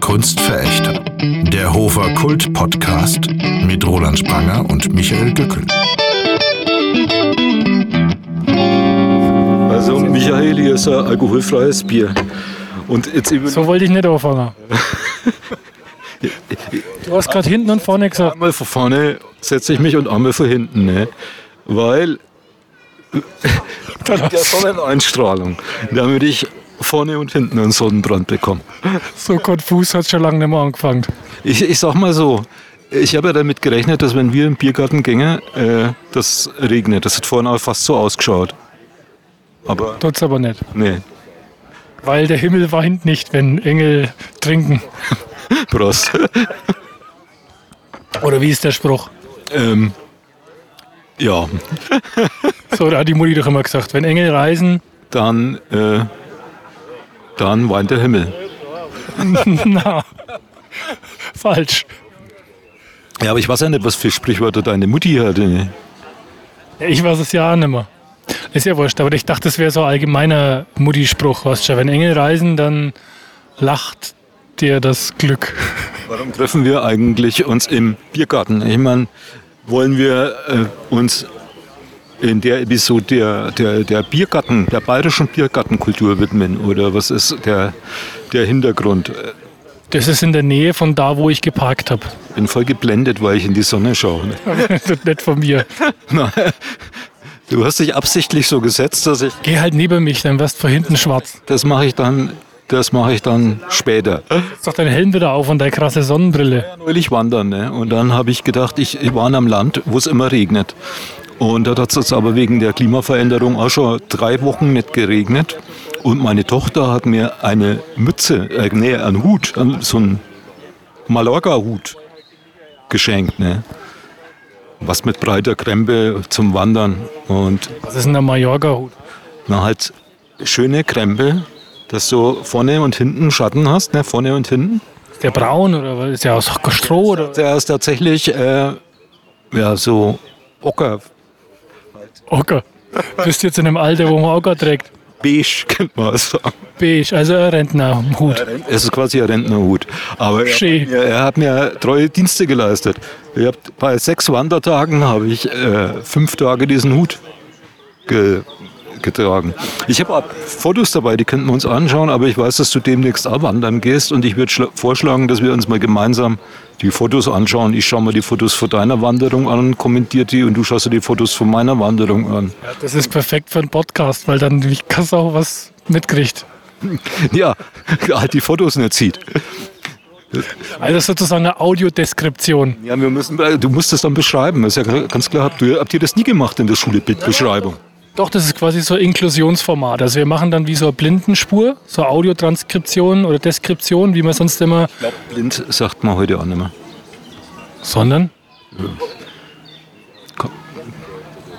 Kunstverächter. Der Hofer Kult Podcast mit Roland Spranger und Michael Dückel. Also, Michael, hier ist ein alkoholfreies Bier. Und jetzt eben So wollte ich nicht anfangen. Du hast gerade hinten und vorne gesagt. einmal von vorne setze ich mich und einmal von hinten. Ne? Weil der Sonneneinstrahlung, damit ich vorne und hinten einen Sonnenbrand bekomme. So konfus hat schon lange nicht mehr angefangen. Ich, ich sag mal so, ich habe ja damit gerechnet, dass wenn wir im Biergarten gingen, äh, das regnet. Das hat vorhin auch fast so ausgeschaut. Aber ne, Tut's aber nicht. nee, Weil der Himmel weint nicht, wenn Engel trinken. Prost. Oder wie ist der Spruch? ähm, ja, So, da hat die Mutti doch immer gesagt, wenn Engel reisen, dann, äh, dann weint der Himmel. na, falsch. Ja, aber ich weiß ja nicht, was für Sprichwörter deine Mutti hatte. Ja, Ich weiß es ja auch nicht mehr. Ist ja wurscht, aber ich dachte, das wäre so ein allgemeiner Mutti-Spruch. Weißt du, wenn Engel reisen, dann lacht dir das Glück. Warum treffen wir eigentlich uns im Biergarten? Ich meine, wollen wir äh, uns in der Episode der, der, der Biergarten, der bayerischen Biergartenkultur widmen? Oder was ist der, der Hintergrund? Äh, Das ist in der Nähe von da, wo ich geparkt habe. Bin voll geblendet, weil ich in die Sonne schaue. nicht von mir. Du hast dich absichtlich so gesetzt, dass ich, Geh halt neben mich, dann wirst du von hinten schwarz. das mache ich dann, das mache ich dann später. Setz doch deinen Helm wieder auf und deine krasse Sonnenbrille. neulich wandern ne? und dann habe ich gedacht, ich, ich war am Land, wo es immer regnet. Und da hat es jetzt aber wegen der Klimaveränderung auch schon drei Wochen nicht geregnet. Und meine Tochter hat mir eine Mütze, äh, nee, einen Hut, einen- so einen Mallorca-Hut geschenkt. Ne? Was mit breiter Krempe zum Wandern. Und Was ist denn der Mallorca-Hut? na halt schöne Krempe, dass du vorne und hinten Schatten hast, ne? vorne und hinten. Ist der braun oder was? ist der aus Stroh? Oder? Der ist tatsächlich äh, ja, so ocker, Ocker. Bist jetzt in einem Alter, wo man Ocker trägt. beige, könnte man sagen. Beige, also ein Rentnerhut. Es ist quasi ein Rentnerhut. Aber er, Schön. hat mir- er hat mir treue Dienste geleistet. Ich hab, bei sechs Wandertagen habe ich äh, fünf Tage diesen Hut ge getragen. Ich habe auch Fotos dabei, die könnten wir uns anschauen, aber ich weiß, dass du demnächst auch wandern gehst und ich würde vorschlagen, dass wir uns mal gemeinsam die Fotos anschauen. Ich schaue mir die Fotos von deiner Wanderung an und kommentiere die und du schaust dir die Fotos von meiner Wanderung an. Das ist perfekt für einen Podcast, weil dann ich kannst auch was mitkriegt. Ja, halt die Fotos nicht sieht. Also sozusagen eine Audiodeskription. Ja, wir müssen, du musst das dann beschreiben. Ist ja ganz klar, habt ihr, habt ihr das nie gemacht in der Schule, Bildbeschreibung? Doch, das ist quasi so ein Inklusionsformat. Also wir machen dann wie so eine Blindenspur, so eine Audiotranskription oder Deskription, wie man sonst immer. Blind sagt man heute auch nicht mehr. Sondern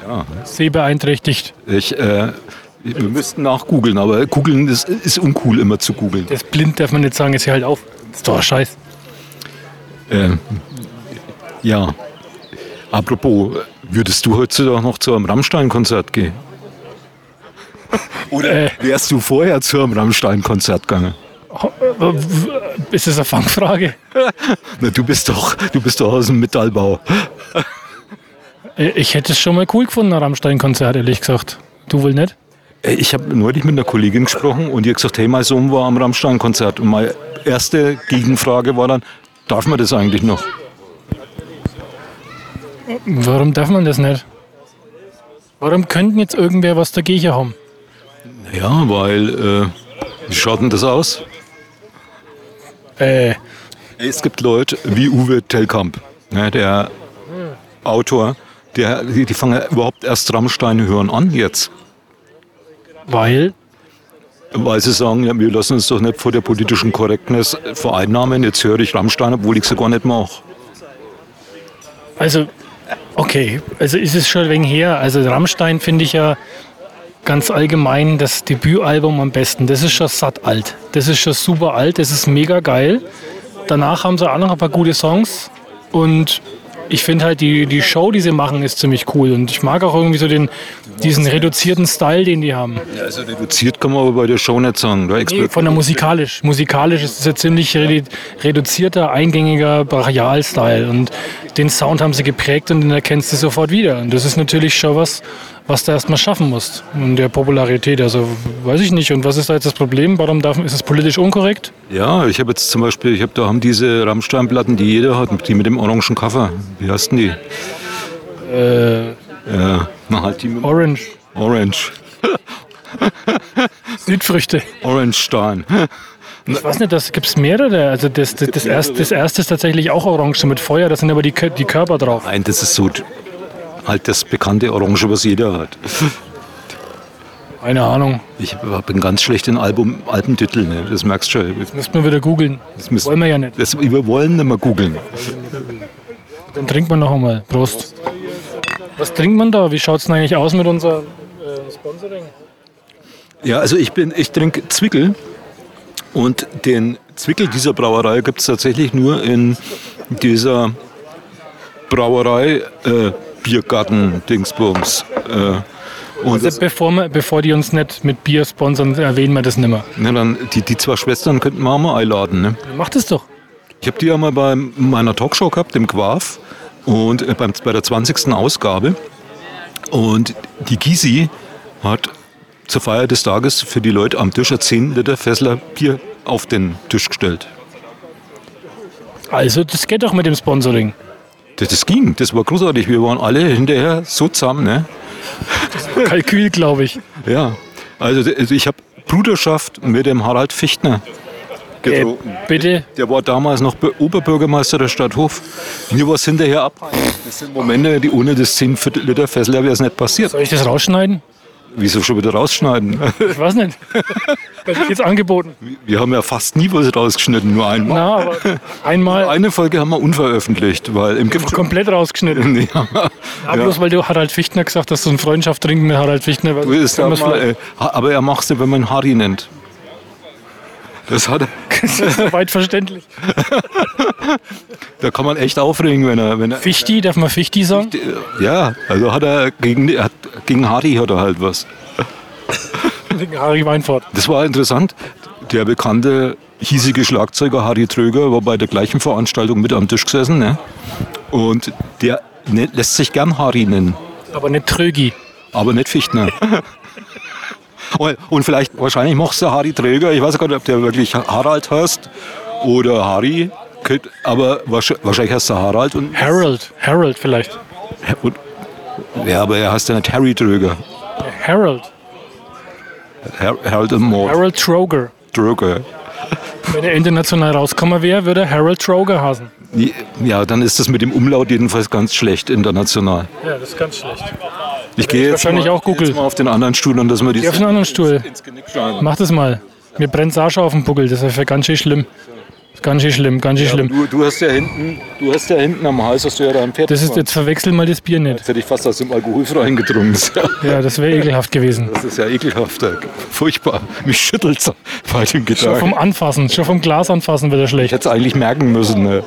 Ja, sehbeeinträchtigt. ich, äh, wir müssten nachgoogeln, aber googeln ist, ist uncool, immer zu googeln. Das blind darf man nicht sagen, jetzt hier halt auf. ist doch scheiß. Ähm, ja, apropos, würdest du heutzutage noch zu einem Rammstein-Konzert gehen? Oder Äh. wärst du vorher zu einem Rammstein-Konzert gegangen? Ist das eine Fangfrage? Na, du bist doch, du bist doch aus dem Metallbau. Äh, Ich hätte es schon mal cool gefunden, ein Rammstein-Konzert, ehrlich gesagt. Du wohl nicht? Ey, Äh, Ich habe neulich mit einer Kollegin gesprochen und die hat gesagt, hey, mein Sohn war am Rammstein-Konzert. Und meine erste Gegenfrage war dann, darf man das eigentlich noch? Warum darf man das nicht? Warum könnten jetzt irgendwer was dagegen haben? Ja, weil, äh, wie schaut denn das aus? Äh, Es gibt Leute wie Uwe Tellkamp, ne, der Autor, der, die, die fangen überhaupt erst Rammstein hören an jetzt. weil Weil sie sagen, ja, wir lassen uns doch nicht vor der politischen Korrektness vereinnahmen. Jetzt höre ich Rammstein, obwohl ich sie gar nicht mache. Also, okay, also ist es schon wegen her. Also Rammstein finde ich ja ganz allgemein das Debütalbum am besten. Das ist schon satt alt. Das ist schon super alt, das ist mega geil. Danach haben sie auch noch ein paar gute Songs und ich finde halt, die, die Show, die sie machen, ist ziemlich cool. Und ich mag auch irgendwie so den, diesen reduzierten Style, den die haben. Ja, also reduziert kann man aber bei der Show nicht sagen. Da Nee, explodiert- von der musikalisch. Musikalisch ist es ein ziemlich redu- reduzierter, eingängiger Brachial-Style. Und den Sound haben sie geprägt und den erkennst du sofort wieder. Und das ist natürlich schon was, was du erstmal schaffen musst. Und der Popularität, also weiß ich nicht. Und was ist da jetzt das Problem? Warum darf, ist es politisch unkorrekt? ja, ich habe jetzt zum Beispiel, ich habe da haben diese Rammstein-Platten, die jeder hat, die mit dem orangen Cover. Wie heißen die? Äh, Ja, na halt die mit dem Orange, Orange. Südfrüchte. Orange Stein. Ich weiß nicht, das gibt es mehrere. Also das, das, das, erste, das erste ist tatsächlich auch orange mit Feuer, da sind aber die, Kö- die Körper drauf. Nein, das ist so halt das bekannte Orange, was jeder hat. Keine Ahnung. Ich bin ganz schlecht in Album, Albentitel, ne? das merkst du schon. Müssen wir wieder googeln. Das müssen- Wollen wir ja nicht. Das, wir wollen nicht mehr googeln. Dann trinkt man noch einmal. Prost. Was trinkt man da? Wie schaut es denn eigentlich aus mit unserem äh, Sponsoring? Ja, also ich, bin, ich trinke Zwickel und den Zwickel dieser Brauerei gibt es tatsächlich nur in dieser Brauerei äh, Biergarten Dingsbums. Äh, und das, Also bevor, wir, bevor die uns nicht mit Bier sponsern, erwähnen wir das nimmer. na dann, die, die zwei Schwestern könnten wir auch mal einladen. Ne? Macht es doch. Ich habe die ja mal bei meiner Talkshow gehabt, dem Quaf, und äh, beim, bei der 20. Ausgabe. Und die Gysi hat zur Feier des Tages für die Leute am Tisch ein 10 Liter Fässler Bier auf den Tisch gestellt. Also, das geht doch mit dem Sponsoring. Das, das ging, das war großartig. Wir waren alle hinterher so zusammen. Ne? Kalkül, glaube ich. Ja, also, d- also ich habe Bruderschaft mit dem Harald Fichtner Äh, getrunken. bitte. Der war damals noch Be- Oberbürgermeister der Stadt Hof. Mir war es hinterher ab. Das sind Momente, die ohne das 10 Liter Fässler wäre es nicht passiert. Soll ich das rausschneiden? Wieso schon wieder rausschneiden? Ich weiß nicht. Weil ich jetzt angeboten. Wir haben ja fast nie was rausgeschnitten, nur einmal. Na, aber einmal Eine Folge haben wir unveröffentlicht, weil im Gift. komplett rausgeschnitten. Ja, Aber bloß weil du Harald Fichtner gesagt hast, so ein Freundschaft trinken mit Harald Fichtner. weil- Du ist kann da man's mal, äh, ha- aber er macht es nicht, wenn man ihn Harry nennt. Das hat, vielleicht- weit verständlich. da kann man echt aufregen, wenn er. Wenn er Fichti, darf man Fichti sagen? ja, also hat er gegen, er hat, gegen Harry hat er halt was. Harry Weinfurt. Das war interessant. Der bekannte hiesige Schlagzeuger Harry Tröger war bei der gleichen Veranstaltung mit am Tisch gesessen. Ne? Und der nennt- lässt sich gern Harry nennen. Aber nicht Trögi. Aber nicht Fichtner. Und- Und vielleicht, wahrscheinlich mochte du Harry Träger. Ich weiß gar nicht, ob der wirklich Harald heißt oder Harry. Könnt- Aber wahrsch- wahrscheinlich heißt er Harald. Und, Harold. Harold vielleicht. und, ja, aber er heißt ja nicht Harry Tröger. Harold. Har Harold and Maud Harold Troger. Tröger. Wenn er international rauskommen wäre, würde er Harold Troger hasen. Ja, dann ist das mit dem Umlaut jedenfalls ganz schlecht international. Ja, das ist ganz schlecht. Ich gehe jetzt, wahrscheinlich mal- auch gehe jetzt Google. mal auf den anderen Stuhl und dass wir die Geh auf den anderen Stuhl. ins Genick schlagen. Mach das mal. Mir brennt auch schon auf dem Buckel. Das ist ja ganz schön schlimm. Ganz schön schlimm, ganz schön schlimm. Du, du hast ja hinten, du hast ja hinten am Hals, hast du ja da ein Pferd. Das ist, gefahren. jetzt verwechsel mal das Bier nicht. Jetzt hätte ich fast aus dem Alkoholfreien getrunken. Ja, das wäre ekelhaft gewesen. Das ist ja ekelhaft. Furchtbar. Mich schüttelt's bei dem Schon vom Gedanken. Anfassen, schon vom Glas anfassen wird er Ich schlecht. hätte es eigentlich merken müssen. Ne?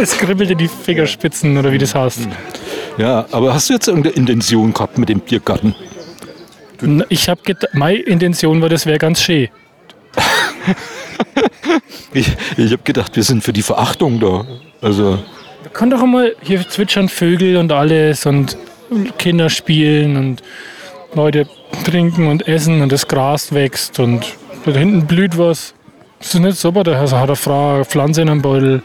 Es kribbelte die Fingerspitzen oder wie das heißt. Ja, aber hast du jetzt irgendeine Intention gehabt mit dem Biergarten? Na, Ich habe gedacht, meine Intention war, das wäre ganz schön. Ich, ich habe gedacht, wir sind für die Verachtung da. Also, Kann doch immer hier zwitschern Vögel und alles und Kinder spielen und Leute trinken und essen und das Gras wächst und da hinten blüht was. Das ist nicht super, da hat eine Frau eine Pflanze in einem Beutel.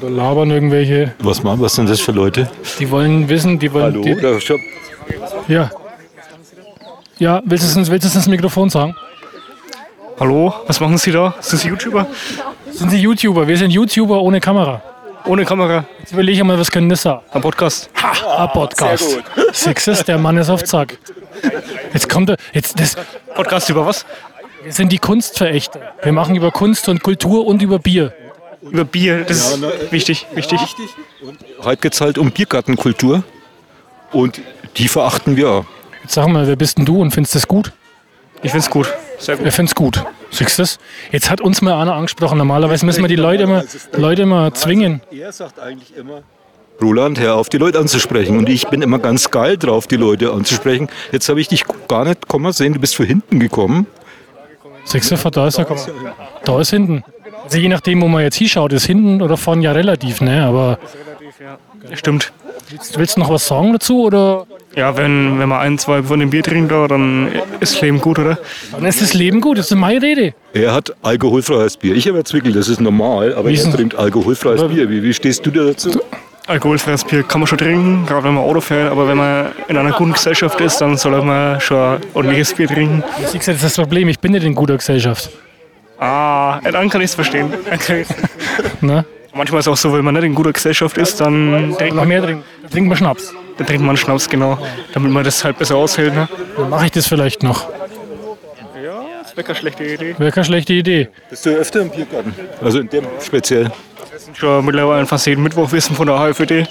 Da labern irgendwelche. was machen, was sind das für Leute? Die wollen wissen, die wollen. Die, Da, schau- ja. Ja, willst du es ins, willst du es ins Mikrofon sagen? Hallo, was machen Sie da? Sind Sie YouTuber? Sind sie YouTuber? Wir sind YouTuber ohne Kamera. Ohne Kamera, Jetzt überlege ich mal, was können das sein? am Podcast. ein Podcast. Sexist, der Mann ist auf Zack. Jetzt kommt er. Jetzt, das Podcast über was? wir sind die Kunstverächter. Wir machen über Kunst und Kultur und über Bier. Über Bier, das ist wichtig, wichtig. Heute geht es halt um Biergartenkultur. Und die verachten wir auch. Jetzt sag mal, wer bist denn du und findest das gut? Ich find's gut. Sehr gut. Wer find's gut? Siehst du das? Jetzt hat uns mal einer angesprochen. Normalerweise müssen wir die Leute immer, Leute immer zwingen. Er sagt eigentlich immer. Roland, hör auf, die Leute anzusprechen. Und ich bin immer ganz geil drauf, die Leute anzusprechen. Jetzt habe ich dich gar nicht kommen sehen, du bist von hinten gekommen. Siehst du, von da ist er gekommen. Da ist hinten. Also je nachdem, wo man jetzt hinschaut, ist hinten oder vorne ja relativ, ne? Aber Stimmt. willst du noch was sagen dazu oder Ja, wenn, wenn man ein, zwei von dem Bier trinkt, da, dann ist Leben gut, oder? dann ist das Leben gut, das ist meine Rede. Er hat alkoholfreies Bier. Ich habe jetzt wirklich, das ist normal, aber Wie ist er denn- trinkt alkoholfreies Bier. Wie, wie stehst du da dazu? Alkoholfreies Bier kann man schon trinken, gerade wenn man Auto fährt, aber wenn man in einer guten Gesellschaft ist, dann soll man schon ein ordentliches Bier trinken. Das ist jetzt das Problem, ich bin nicht in guter Gesellschaft. Ah, ja, dann kann ich es verstehen. Ne? Manchmal ist es auch so, wenn man nicht in guter Gesellschaft ist, dann trinkt Noch man, mehr trinken. Trink mal Schnaps. dann trinkt man einen Schnaps, genau, damit man das halt besser aushält. Ne? Dann mache ich das vielleicht noch. Das wäre keine schlechte Idee. Wäre keine schlechte Idee. Bist du öfter im Biergarten? Also in dem speziell. schon mittlerweile fast jeden Mittwoch wissen von der HFD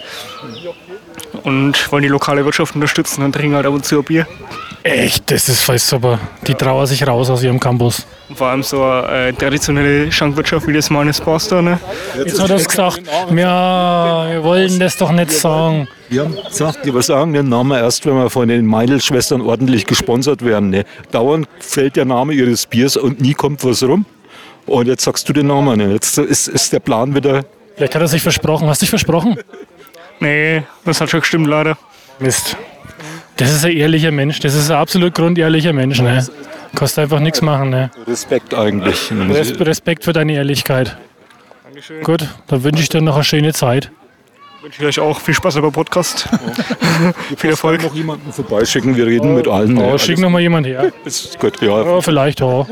und wollen die lokale Wirtschaft unterstützen und trinken halt ab und zu ein Bier. Echt, das ist voll super. Die trauern sich raus aus ihrem Campus. Und vor allem so eine äh, traditionelle Schankwirtschaft wie das meines Pasta. Ne? Jetzt hat er es gesagt, ja, wir wollen das doch nicht sagen. Ja, sagt die, was sagen den Namen erst, wenn wir von den Meidel-Schwestern ordentlich gesponsert werden. Ne? Dauernd fällt der Name ihres Biers und nie kommt was rum. Und jetzt sagst du den Namen. Ne? Jetzt ist, ist der Plan wieder. Vielleicht hat er sich versprochen. Hast du dich versprochen? Nee, das hat schon gestimmt leider. Mist. Das ist ein ehrlicher Mensch. Das ist ein absolut grundehrlicher Mensch. Ne? Kostet einfach nichts machen. Ne? Respekt eigentlich. Res- Respekt für deine Ehrlichkeit. Dankeschön. Gut, dann wünsche ich dir noch eine schöne Zeit. Wünsche ich euch auch viel Spaß beim Podcast. viel Erfolg. Noch jemanden vorbeischicken, wir reden mit allen. ne? Oh, schick noch mal jemand her. Alles gut, ja. Ja, vielleicht auch.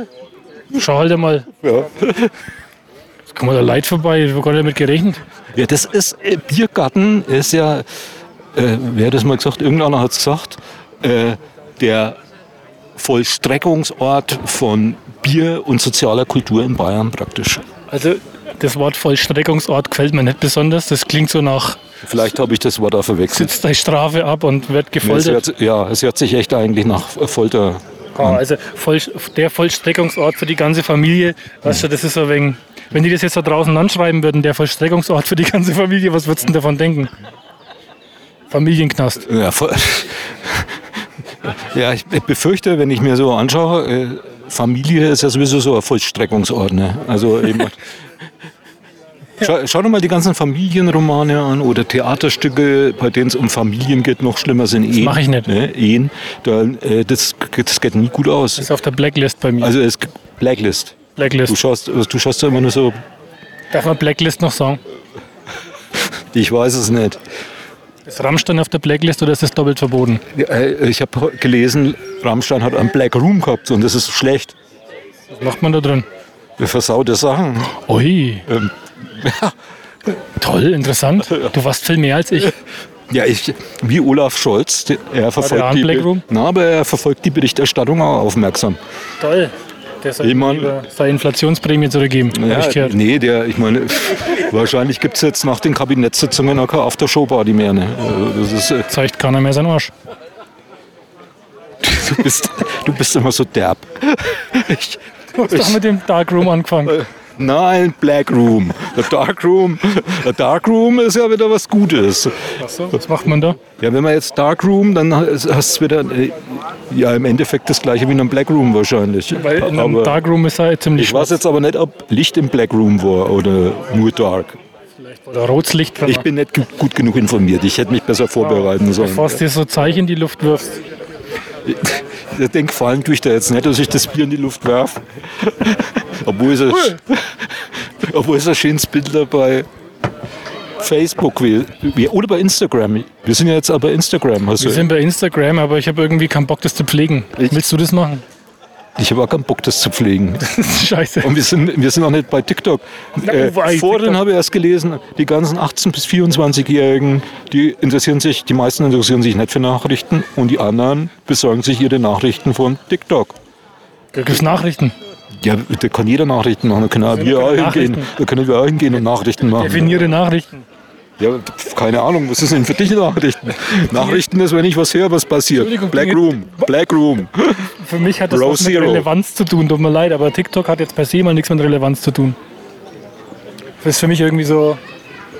Schau halt mal. ja. Jetzt kommt mal da Leid vorbei. Ich habe gar nicht damit gerechnet. Ja, das ist, äh, Biergarten ist ja, äh, wer hat das mal gesagt, irgendeiner hat es gesagt, äh, der Vollstreckungsort von Bier und sozialer Kultur in Bayern praktisch. Also, das Wort Vollstreckungsort gefällt mir nicht besonders. Das klingt so nach, Vielleicht habe ich das Wort da verwechselt. sitzt deine Strafe ab und wird Es gefoltert. hört, ja, es hört sich echt eigentlich nach Folter. Ah, also voll, der Vollstreckungsort für die ganze Familie, weißt du, das ist so wegen. Wenn die das jetzt da draußen anschreiben würden, der Vollstreckungsort für die ganze Familie, was würdest du denn davon denken? Familienknast. Ja, voll, ja ich, ich befürchte, wenn ich mir so anschaue, äh, Familie ist ja sowieso so ein Vollstreckungsort. Ne? Also eben, schau, schau doch mal die ganzen Familienromane an oder Theaterstücke, bei denen es um Familien geht, noch schlimmer sind Ehen. mach ich nicht. Ne? Ehen, da, äh, das, das geht nie gut aus. Ist auf der Blacklist bei mir. Also es Blacklist. Du Blacklist. schaust, du schaust ja immer nur so, Darf man Blacklist noch sagen? ich weiß es nicht. Ist Rammstein auf der Blacklist oder ist das doppelt verboten? Ja, äh, Ich habe gelesen, Rammstein hat einen Black Room gehabt und das ist schlecht. Was macht man da drin? Versaute Sachen. Ui. Ähm. Toll, interessant. Du warst viel mehr als ich. Ja, ich, wie Olaf Scholz, der- er auch verfolgt, ein die, Black Room? na, aber er verfolgt die Berichterstattung auch aufmerksam. Toll. Der soll Ich mein- lieber seine Inflationsprämie zurückgeben. hab ich gehört. nee, der, ich meine, wahrscheinlich gibt es jetzt nach den Kabinettssitzungen auch keine Aftershow-Party mehr. Ne? Also Das ist, äh, Zeigt keiner mehr seinen Arsch. du, bist, du bist immer so derb. Ich, Du hast mit dem Darkroom angefangen. nein, Black Room. Der Dark Room, der Dark Room ist ja wieder was Gutes. So, was macht man da? Ja, wenn man jetzt Dark Room, dann hast du wieder, äh, ja, im Endeffekt das gleiche wie in einem Black Room wahrscheinlich. Weil in einem Aber- Darkroom ist er ziemlich Ich weiß jetzt aber nicht, ob Licht im Black Room war oder nur Dark. schwarz. Oder rotes Licht, wenn Ich man- bin nicht ge- gut genug informiert. Ich hätte mich besser vorbereiten sollen. bevor es dir so Zeichen in die Luft wirfst. Ich denke, fallen tue ich da jetzt nicht, dass ich das Bier in die Luft werfe. Obwohl es, ein- obwohl es ein schönes Bild dabei Facebook will. Wir- Oder bei Instagram. Wir sind ja jetzt aber Instagram. Also, Hast Wir du, sind bei Instagram, aber ich habe irgendwie keinen Bock, das zu pflegen. Ich- Willst du das machen? ich habe auch keinen Bock, das zu pflegen. Scheiße. Und wir sind, wir sind auch nicht bei TikTok. Äh, wobei, vorhin TikTok- habe ich erst gelesen, die ganzen 18- bis 24-Jährigen, die interessieren sich, die meisten interessieren sich nicht für Nachrichten und die anderen besorgen sich ihre Nachrichten von TikTok. Da gibt es Nachrichten. Ja, da kann jeder Nachrichten machen, Also da können auch wir auch hingehen. Nachrichten. Da können wir auch hingehen und Nachrichten machen. Definiere Nachrichten. Ja, keine Ahnung, was ist denn für dich Nachrichten? Nachrichten ist, wenn ich was höre, was passiert. Entschuldigung, Black Dinge- Room, Black Room. für mich hat das Row was mit Zero. Relevanz zu tun, tut mir leid, aber TikTok hat jetzt per se mal nichts mit Relevanz zu tun. Das ist für mich irgendwie so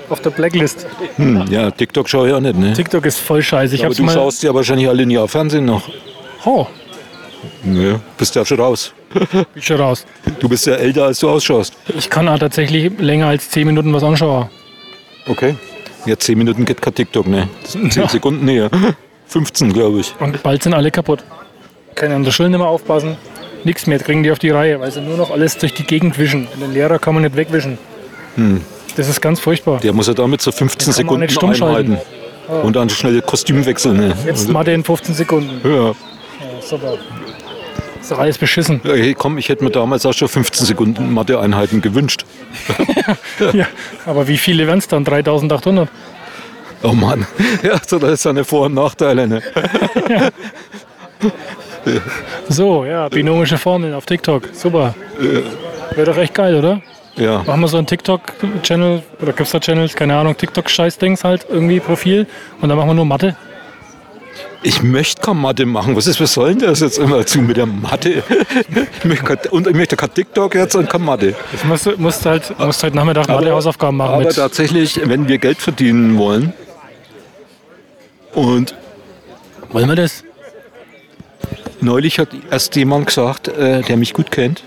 auf der Blacklist. Hm, ja, TikTok schaue ich auch nicht, ne? TikTok ist voll scheiße. Ich Aber hab's du mal. schaust ja wahrscheinlich alle linear Fernsehen noch. oh, Nö, bist ja schon raus. bin schon raus. Du bist ja älter, als du ausschaust. Ich kann auch tatsächlich länger als 10 Minuten was anschauen. Okay. Ja, 10 Minuten geht kein TikTok, ne? 10 Sekunden näher. 15, glaube ich. Und bald sind alle kaputt. Können an der Schule nicht mehr aufpassen. Nichts mehr kriegen die auf die Reihe, weil sie nur noch alles durch die Gegend wischen. Und den Lehrer kann man nicht wegwischen. Das ist ganz furchtbar. Der muss ja damit so 15 Den kann man Sekunden nicht stumm einhalten. Und dann schnell Kostüm wechseln, ne? Jetzt Mathe in 15 Sekunden. Ja. Ja, super. Ist doch alles beschissen. Ja, Hey, komm, ich hätte mir damals auch schon 15 Sekunden Mathe-Einheiten gewünscht. Ja. Aber wie viele wären es dann? 3800? Oh Mann, ja, so, da ist seine Vor- und Nachteile. Ne? So, ja, binomische Formeln auf TikTok. Super. Wäre doch echt geil, oder? Ja, Machen wir so einen TikTok-Channel oder gibt's da Channels? Keine Ahnung, TikTok-Scheiß-Dings halt, irgendwie Profil. Und dann machen wir nur Mathe. ich möchte keine Mathe machen. Was ist, was soll denn das jetzt immer zu mit der Mathe? Ich möchte kein, und ich möchte kein TikTok jetzt und keine Mathe. Ich muss, musst halt, musst halt Nachmittag Mathe Hausaufgaben machen aber mit. tatsächlich, wenn wir Geld verdienen wollen und Wollen wir das? Neulich hat erst jemand gesagt, äh, der mich gut kennt,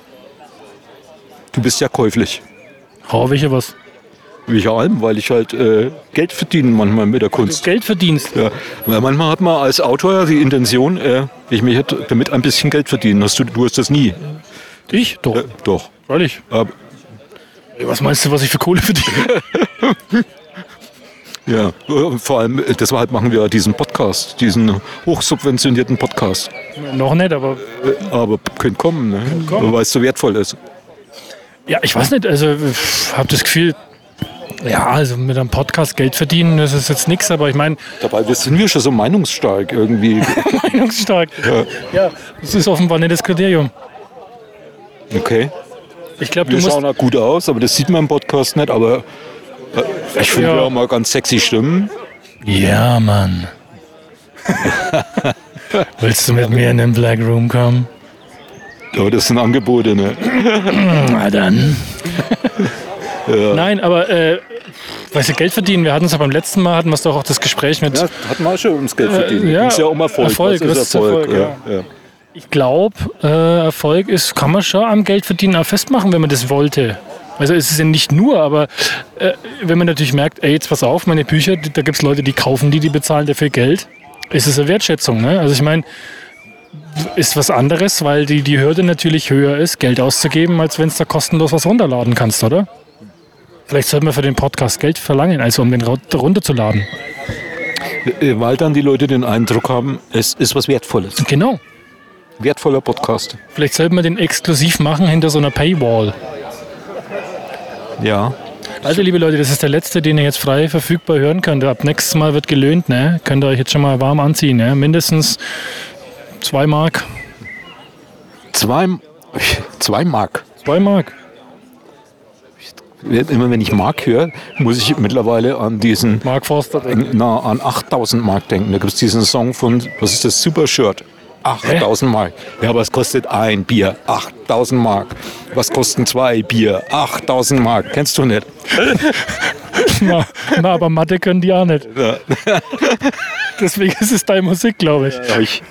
du bist ja käuflich. Oh, welche was? Wie ich allem, weil ich halt äh, Geld verdiene manchmal mit der Du Kunst. Geld verdienst. Ja, weil manchmal hat man als Autor die Intention, äh, ich möchte damit ein bisschen Geld verdienen. Hast du, du hast das nie. Ich? Doch, Äh, doch. freilich. Äh, Was meinst du, was ich für Kohle verdiene? ja. Äh, Vor allem, äh, deshalb machen wir diesen Podcast, diesen hochsubventionierten Podcast. Noch nicht, aber Aber könnte kommen, ne? weil es so wertvoll ist. ja, ich weiß nicht. Also, ich habe das Gefühl, ja, also mit einem Podcast Geld verdienen, das ist jetzt nichts, aber ich meine, Dabei sind wir schon so meinungsstark irgendwie. meinungsstark. Ja. Ja, das ist offenbar nicht das Kriterium. Okay. Ich glaube, du Wir musst. schauen auch gut aus, aber das sieht man im Podcast nicht. Aber äh, ich finde Ja. ja. auch mal ganz sexy Stimmen. Ja, Mann. Willst du mit mir in den Black Room kommen? Ja, das sind Angebote, ne? Na dann. Nein, aber äh, weißt du, Geld verdienen, wir hatten es ja beim letzten Mal, hatten wir es doch auch das Gespräch mit, Ja, hat man auch schon ums Geld verdient. Äh, ja, ist ja um Erfolg. Erfolg, Was das ist Erfolg, ja. Ja. ich glaube, äh, Erfolg ist, kann man schon am Geld verdienen auch festmachen, wenn man das wollte. Also es ist ja nicht nur, aber äh, wenn man natürlich merkt, ey, jetzt pass auf, meine Bücher, die, da gibt es Leute, die kaufen die, die bezahlen dafür Geld, ist es eine Wertschätzung. Ne? Also ich meine, ist was anderes, weil die, die Hürde natürlich höher ist, Geld auszugeben, als wenn es da kostenlos was runterladen kannst, oder? Vielleicht sollten wir für den Podcast Geld verlangen, also um den rau- runterzuladen. Äh, Weil dann die Leute den Eindruck haben, es ist was Wertvolles. Genau. Wertvoller Podcast. Vielleicht sollten wir den exklusiv machen hinter so einer Paywall. Ja. Also, liebe Leute, das ist der letzte, den ihr jetzt frei verfügbar hören könnt. Ab nächstes Mal wird gelöhnt, ne? Könnt ihr euch jetzt schon mal warm anziehen, ne? Mindestens zwei Mark. Zwei, zwei Mark. Zwei Mark. Immer wenn ich Mark höre, muss ich mittlerweile an diesen, Mark Forster denken. na, an 8000 Mark denken. Da gibt es diesen Song von, was ist das, Super Shirt. 8000 Mark. Ja, aber es kostet ein Bier 8000 Mark. Was kosten zwei Bier? 8000 Mark. Kennst du nicht? Na, na, aber Mathe können die auch nicht. Deswegen ist es deine Musik, glaube ich.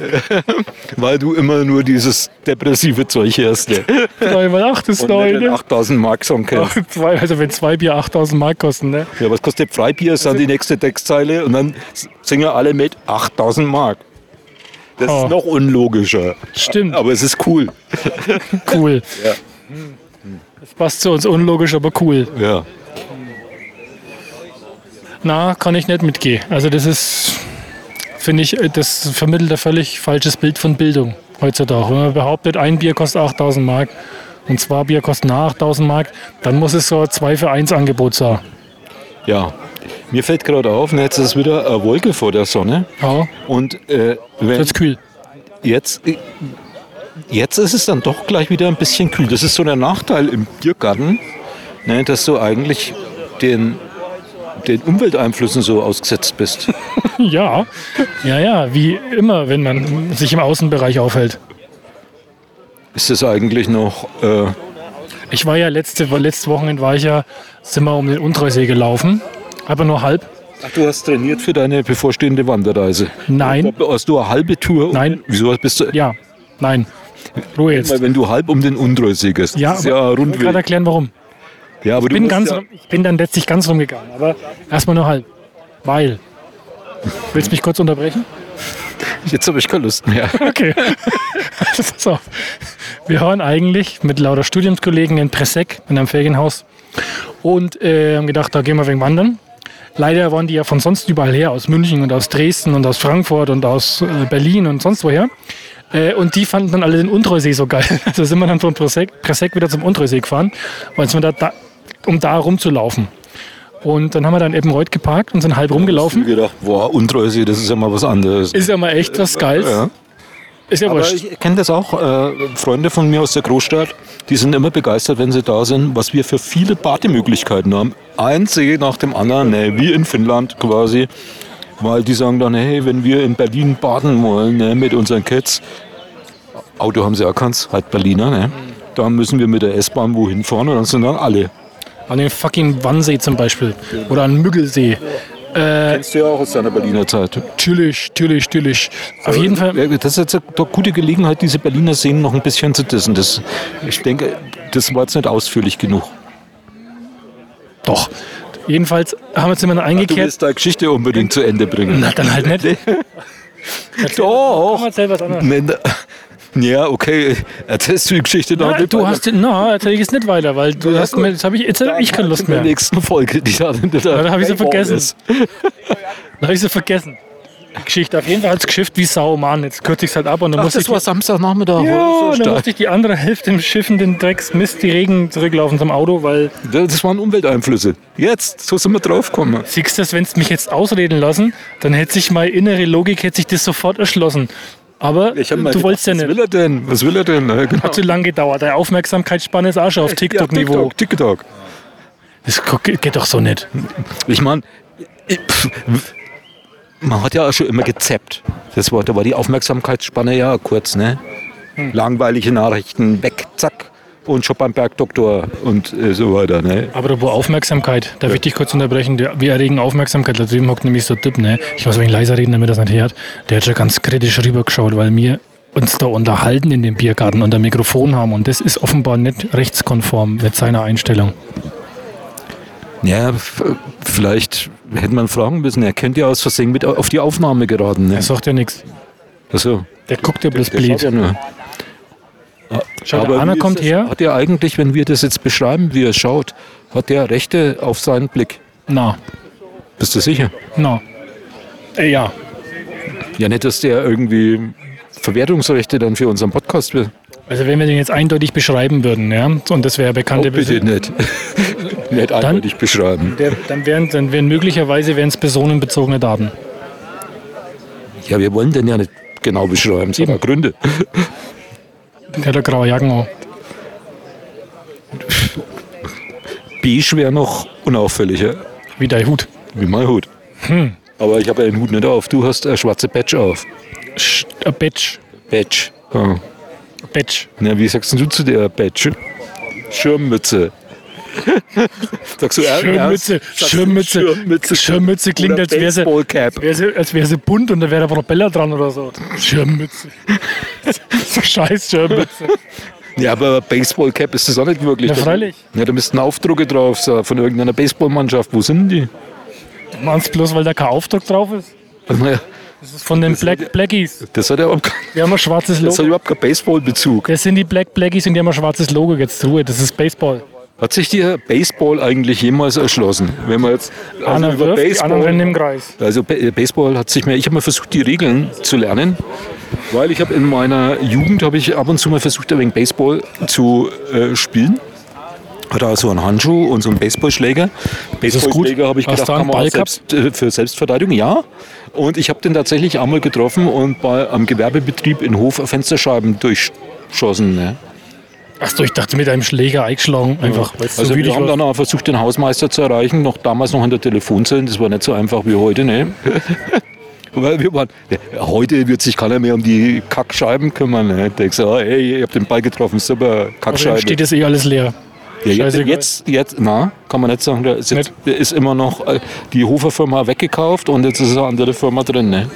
Weil du immer nur dieses depressive Zeug hörst. Ne? Drei mal acht ist Und nicht den neun. 8000 Mark Song kennst. Zwei, also wenn zwei Bier 8000 Mark kosten, ne? Ja, was kostet Freibier? Ist dann die nächste Textzeile und dann s- singen alle mit 8000 Mark. Das Oh. ist noch unlogischer. Stimmt. Aber es ist cool. Cool. Das passt zu uns unlogisch, aber cool. Ja. Na, kann ich nicht mitgehen. Also das ist, finde ich, das vermittelt ein völlig falsches Bild von Bildung heutzutage. Wenn man behauptet, ein Bier kostet 8000 Mark und zwei Bier kosten nach 8000 Mark, dann muss es so ein 2 für 1 Angebot sein. Ja. Mir fällt gerade auf, ne, jetzt ist wieder eine Wolke vor der Sonne. Ja, Und äh, wenn wird's kühl. jetzt, äh, jetzt ist es dann doch gleich wieder ein bisschen kühl. Das ist so der Nachteil im Biergarten, ne, dass du eigentlich den, den Umwelteinflüssen so ausgesetzt bist. Ja, ja, ja, wie immer, wenn man sich im Außenbereich aufhält. Ist das eigentlich noch. Äh, Ich war ja letzte, letztes Wochenende war ich ja, sind wir um den Untreusee gelaufen, aber nur halb. du hast trainiert für deine bevorstehende Wanderreise. Nein, Hast du eine halbe Tour? um Nein. Wieso bist du. ja, nein. Ruhe jetzt. Weil wenn du halb um den Undreusee gehst, Ja, das ist ja aber ein ich wollte gerade Rundweg. erklären, warum. Ja, aber du Bin musst ganz, ja, Ich bin dann letztlich ganz rumgegangen, aber erstmal nur halb. Weil. Willst du mich kurz unterbrechen? jetzt habe ich keine Lust mehr. Okay. Also pass auf. Wir waren eigentlich mit lauter Studiumskollegen in Pressegg in einem Ferienhaus und äh, haben gedacht, da gehen wir wegen wandern. Leider waren die ja von sonst überall her, aus München und aus Dresden und aus Frankfurt und aus äh, Berlin und sonst woher. Äh, und die fanden dann alle den Untreusee so geil. Also sind wir dann von Pressegg Pressegg wieder zum Untreusee gefahren, weil es mir da, da, um da rumzulaufen. Und dann haben wir dann Eppenreuth geparkt und sind halb rumgelaufen. Ich hab gedacht, boah, Undreusee, das ist ja mal was anderes. Ist ja mal echt was Geiles. Ja. Ist ja Aber wurscht. ich kenne das auch. Äh, Freunde von mir aus der Großstadt, die sind immer begeistert, wenn sie da sind, was wir für viele Partymöglichkeiten haben. Ein See nach dem anderen, ne, wie in Finnland quasi. Weil die sagen dann, hey, wenn wir in Berlin baden wollen ne, mit unseren Kids, Auto haben sie auch keins, halt Berliner, ne? Da müssen wir mit der S-Bahn wohin fahren und dann sind dann alle. An den fucking Wannsee zum Beispiel. Oder an Müggelsee. Kennst du ja auch aus deiner Berliner Zeit. Natürlich, natürlich, natürlich. Auf jeden Fall. Ja, Das ist jetzt eine doch gute Gelegenheit, diese Berliner Szenen noch ein bisschen zu dissen. Das, ich denke, das war jetzt nicht ausführlich genug. Doch. Jedenfalls haben wir uns immer Du eingekehrt. willst deine Geschichte unbedingt zu Ende bringen. Na, dann halt nicht. Doch! Erzähl was anderes. Nee, da- Ja, okay, erzählst du die Geschichte noch Na, du hast, na, erzähl ich es nicht weiter, weil du hast mir, jetzt habe ich, jetzt hab ich keine Lust In mehr. der nächsten Folge, die da Ja, Da da habe ich sie vergessen. Ist. Da habe ich sie vergessen. Die Geschichte. Auf jeden Fall hat es geschifft wie Sau, Mann. Jetzt kürze ich es halt ab und dann Ach, muss ich. das war Samstagnachmittag. ja, oder? und So dann stark. musste ich die andere Hälfte im Schiffen den Drecksmist, die Regen zurücklaufen zum Auto, weil das waren Umwelteinflüsse. Jetzt, so sind wir draufgekommen. Siehst du, wenn es mich jetzt ausreden lassen, dann hätte sich meine innere Logik hätte sich das sofort erschlossen. Aber Ich hab mal du wolltest ja gedacht, Was nicht. will er denn? Was will er denn? Ja, genau. Hat zu lang gedauert. Deine Aufmerksamkeitsspanne ist auch schon auf TikTok-Niveau. Ja, TikTok, TikTok. Das gu- geht doch so nicht. Ich meine, man hat ja auch schon immer gezappt. Das war, da war die Aufmerksamkeitsspanne ja kurz, ne? Langweilige Nachrichten, weg, zack. Und schon beim Bergdoktor und äh, so weiter, ne? Aber apropos Aufmerksamkeit, darf ich dich kurz unterbrechen? Der- Wir erregen Aufmerksamkeit. Da drüben hockt nämlich so ein Typ, ne? Ich muss wegen leiser reden, damit das nicht hört. Der hat schon ganz kritisch rübergeschaut, weil wir uns da unterhalten in dem Biergarten und ein Mikrofon haben. Und das ist offenbar nicht rechtskonform mit seiner Einstellung. Ja, f- vielleicht hätte man fragen müssen. Er könnte ja aus Versehen mit auf die Aufnahme geraten, ne? Er sagt ja nichts. Achso, Der guckt ja bloß der schaut blöd. ja nur. Schau, Aber der Anna wie ist kommt das? her. Hat er eigentlich, wenn wir das jetzt beschreiben, wie er schaut, hat er Rechte auf seinen Blick? Na, Bist du sicher? na. Äh, ja. Ja, nicht, dass der irgendwie Verwertungsrechte dann für unseren Podcast will. Also wenn wir den jetzt eindeutig beschreiben würden, ja, und das wäre bekannte nicht. nicht eindeutig beschreiben. Der, dann wären dann wären möglicherweise wären es personenbezogene Daten. Ja, wir wollen den ja nicht genau beschreiben, sondern Gründe. Der hat eine graue Jacken auch. Beige wäre noch unauffälliger, Wie dein Hut. wie mein Hut. Hm. Aber ich habe ja den Hut nicht auf. Du hast eine schwarze Patch auf. Sch, ein Batch. Patch. Ja. Batch. Na, wie sagst denn du zu der Patch? Schirmmütze. sagst du ernst? Schirmmütze. Sagst du Schirmmütze. Schirmmütze. Schirmmütze klingt, Oder als wäre sie, Baseballcap. wär sie, als wär sie bunt und da wäre der Propeller dran oder so. Schirmmütze. so scheiß Schirmmütze. Ja, aber Baseballcap ist das auch nicht wirklich. Ja, freilich. Ja, da müssten Aufdrucke drauf sein von irgendeiner Baseballmannschaft. Wo sind die? Meinst du bloß, weil da kein Aufdruck drauf ist? Naja, Das ist von den Black Blackies. Also, das hat ja überhaupt, kein- Die haben ein schwarzes das hat Logo. überhaupt keinen Baseballbezug. Das sind die Black Blackies und die haben ein schwarzes Logo. Jetzt Ruhe, das ist Baseball. Hat sich dir Baseball eigentlich jemals erschlossen? Wenn man jetzt also Einer über wirft, die anderen rennen im Baseball, Kreis. also Ba- Baseball hat sich mir, ich habe mal versucht, die Regeln zu lernen, weil ich habe in meiner Jugend habe ich ab und zu mal versucht, ein wenig Baseball zu äh, spielen. Hat also einen Handschuh und so einen Baseballschläger. ist gut. Baseballschläger habe ich Hast gedacht, du einen kann man Ball auch selbst, äh, für Selbstverteidigung, ja. Und ich habe den tatsächlich einmal getroffen und bei einem Gewerbebetrieb in Hof Fensterscheiben durchschossen. Ne? Ach so, ich dachte mit einem Schläger eingeschlagen, einfach, weil es Also so wir wütig haben war. dann auch versucht, den Hausmeister zu erreichen, noch damals noch an der Telefonzelle. Das war nicht so einfach wie heute, ne? Weil wir waren, ja, heute wird sich keiner mehr um die Kackscheiben kümmern. Ne? Denkst du, oh, hey, ihr habt den Ball getroffen, super, Außerdem Kackscheibe. steht das eh alles leer. ja, jetzt, scheißegal. jetzt, jetzt, na, kann man nicht sagen, da ist, jetzt, da ist immer noch äh, die Hofer-Firma weggekauft und jetzt ist eine andere Firma drin. Ne?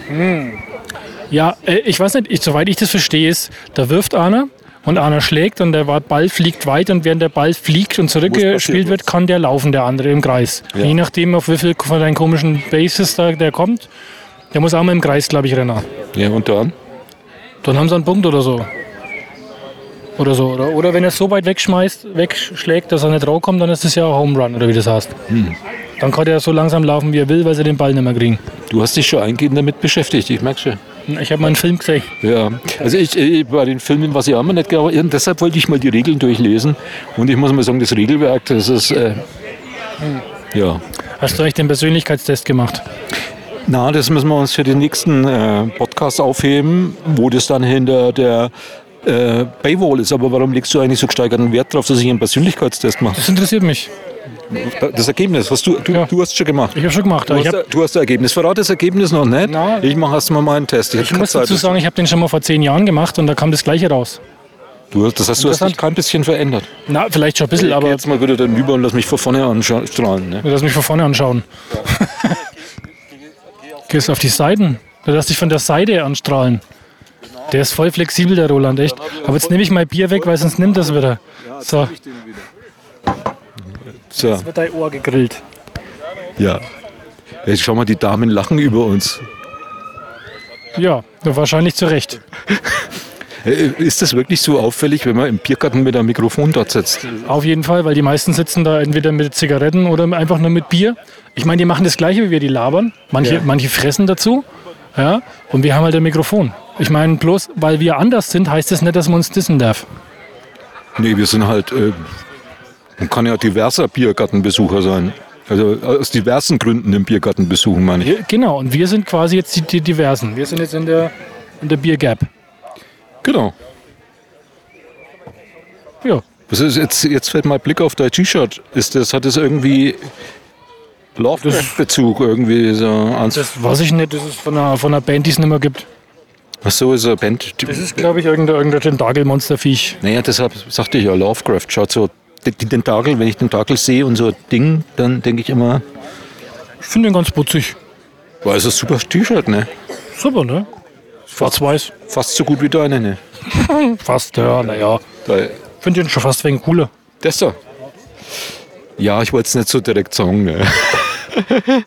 Ja, äh, ich weiß nicht, ich, soweit ich das verstehe, ist, da wirft einer und einer schlägt und der Ball fliegt weit und während der Ball fliegt und passiert zurückgespielt wird, was. kann der laufen, der andere im Kreis. Ja. Je nachdem, auf wie viel von deinen komischen Bases da der kommt, der muss auch mal im Kreis, glaube ich, rennen. Ja, und dann? Dann haben sie einen Punkt oder so. Oder so. Oder, oder wenn er es so weit wegschmeißt, wegschlägt, dass er nicht rauskommt, dann ist das ja ein Home Run, oder wie das heißt. Dann kann der so langsam laufen, wie er will, weil sie den Ball nicht mehr kriegen. Du hast dich schon eingehend damit beschäftigt, ich merke schon. Ich habe mal einen Film gesehen. Ja, also ich, äh, bei den Filmen was ich auch immer nicht genau, ja, deshalb wollte ich mal die Regeln durchlesen und ich muss mal sagen, das Regelwerk, das ist, äh, ja. Hast du eigentlich den Persönlichkeitstest gemacht? Na, das müssen wir uns für den nächsten äh, Podcast aufheben, wo das dann hinter der äh, Paywall ist. Aber warum legst du eigentlich so gesteigerten Wert darauf, dass ich einen Persönlichkeitstest mache? Das interessiert mich. Das Ergebnis, was du, du, Ja. du hast schon gemacht. Ich habe schon gemacht. Du Aber ich, hast, hab, du hast das Ergebnis. Verrat das Ergebnis noch nicht. Na. ich mache erst mal meinen Test. hab ich keine muss Zeit. dazu sagen, ich habe den schon mal vor zehn Jahren gemacht und da kam das Gleiche raus. du, hast- das heißt, du hast dich Interessant. kein bisschen verändert. Na, vielleicht schon ein bisschen, Ich geh aber jetzt mal wieder dann rüber und lass mich von vorne anstrahlen. Ne? lass mich von vorne anschauen. Gehst auf die Seiten. Du lässt dich von der Seite anstrahlen. Der ist voll flexibel, der Roland, echt. Aber jetzt nehme ich mein Bier weg, weil sonst nimmt das wieder. So, So, wird dein Ohr gegrillt. ja. Jetzt schau mal, die Damen lachen über uns. Ja, wahrscheinlich zu Recht. Äh, Ist das wirklich so auffällig, wenn man im Biergarten mit einem Mikrofon dort sitzt? Auf jeden Fall, weil die meisten sitzen da entweder mit Zigaretten oder einfach nur mit Bier. Ich meine, die machen das Gleiche wie wir, die labern. Manche, Ja. manche fressen dazu. Ja, und wir haben halt ein Mikrofon. Ich meine, bloß weil wir anders sind, heißt das nicht, dass man uns dissen darf. Nee, wir sind halt. Äh, man kann ja diverser Biergartenbesucher sein. Also aus diversen Gründen den Biergarten besuchen, meine ich. Genau, und wir sind quasi jetzt die, die Diversen. Wir sind jetzt in der, in der Beer Gap. Genau. Ja. Was ist jetzt, jetzt fällt mein Blick auf dein T-Shirt. Ist das, hat das irgendwie Lovecraft-Bezug irgendwie so ans. Das weiß ich nicht, das ist von einer, von einer Band, die es nicht mehr gibt. Ach so, ist eine Band. Das ist, glaube ich, irgendein, irgendein Tentakelmonsterviech. Naja, deshalb sagte ich ja, Lovecraft schaut so, die die Tentakel, wenn ich Tentakel sehe und so ein Ding, dann denke ich immer, Ich finde den ganz putzig. boah, ist das ein super T-Shirt, ne? Super, ne? Schwarz-Weiß. Fast so gut wie deine, ne? Fast, ja, naja. Da- Finde den schon fast wegen cooler. Das da. Ja, ich wollte es nicht so direkt sagen, ne?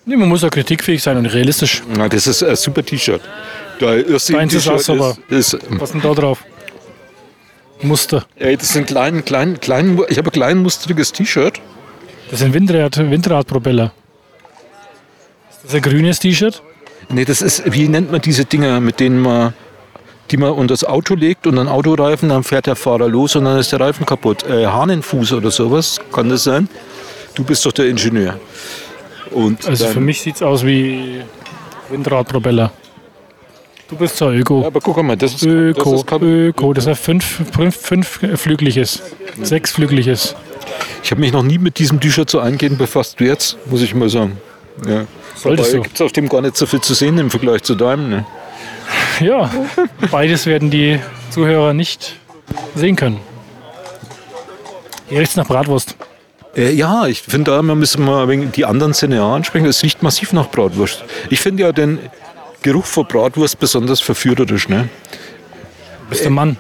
Nee, man muss ja kritikfähig sein und realistisch. Na, das ist ein super T-Shirt. Da erste Deins ist auch super. Ist, ist, Was ist denn da drauf? Muster. ey, das ist ein klein, klein, klein, ich habe ein kleinmustriges T-Shirt. Das sind Windrad, Windradpropeller. Ist das ein grünes T-Shirt? Nee, das ist, wie nennt man diese Dinger, mit denen man, die man unter das Auto legt und dann Autoreifen, dann fährt der Fahrer los und dann ist der Reifen kaputt. Äh, Hahnenfuß oder sowas, kann das sein? Du bist doch der Ingenieur. Und Also dann- für mich sieht es aus wie Windradpropeller. Du bist so Öko. Aber guck mal, das ist, Öko, Das ist kaputt. Öko. Das ist ein fünf, fünf, fünfflügliches. Sechsflügliches. ich habe mich noch nie mit diesem T-Shirt so eingehend befasst wie jetzt, muss ich mal sagen. Ja. Solltest du. gibt es auf dem gar nicht so viel zu sehen im Vergleich zu deinem. Ne? Ja, beides werden die Zuhörer nicht sehen können. Hier riecht's nach Bratwurst. Äh, ja, ich finde, da müssen wir wegen die anderen Sinne auch ansprechen. Es riecht massiv nach Bratwurst. Ich finde ja den Geruch von Bratwurst besonders verführerisch. Ne? Bist du Mann?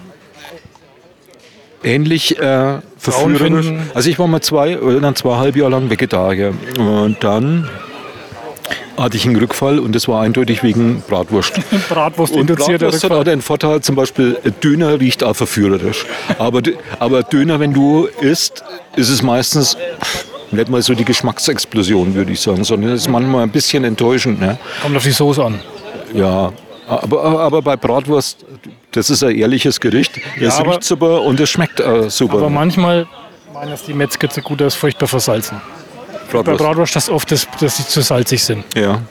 ähnlich äh, verführerisch. finden- Also ich war mal zwei, äh, dann zweieinhalb Jahre lang Vegetarier. Und dann hatte ich einen Rückfall und das war eindeutig wegen Bratwurst. Bratwurst Und induziert Bratwurst hat halt auch den Vorteil, zum Beispiel äh, Döner riecht auch verführerisch. Aber, d- aber Döner, wenn du isst, ist es meistens nicht mal so die Geschmacksexplosion, würde ich sagen, sondern es ist manchmal ein bisschen enttäuschend. Ne? Kommt auf die Soße an. Ja, aber, aber bei Bratwurst, das ist ein ehrliches Gericht. es aber- riecht super und es schmeckt äh, super. Aber manchmal meinen das die Metzger zu gut, das furchtbar versalzen. Bei Bratwurst. Bratwurst das oft, dass, dass sie zu salzig sind. Ja.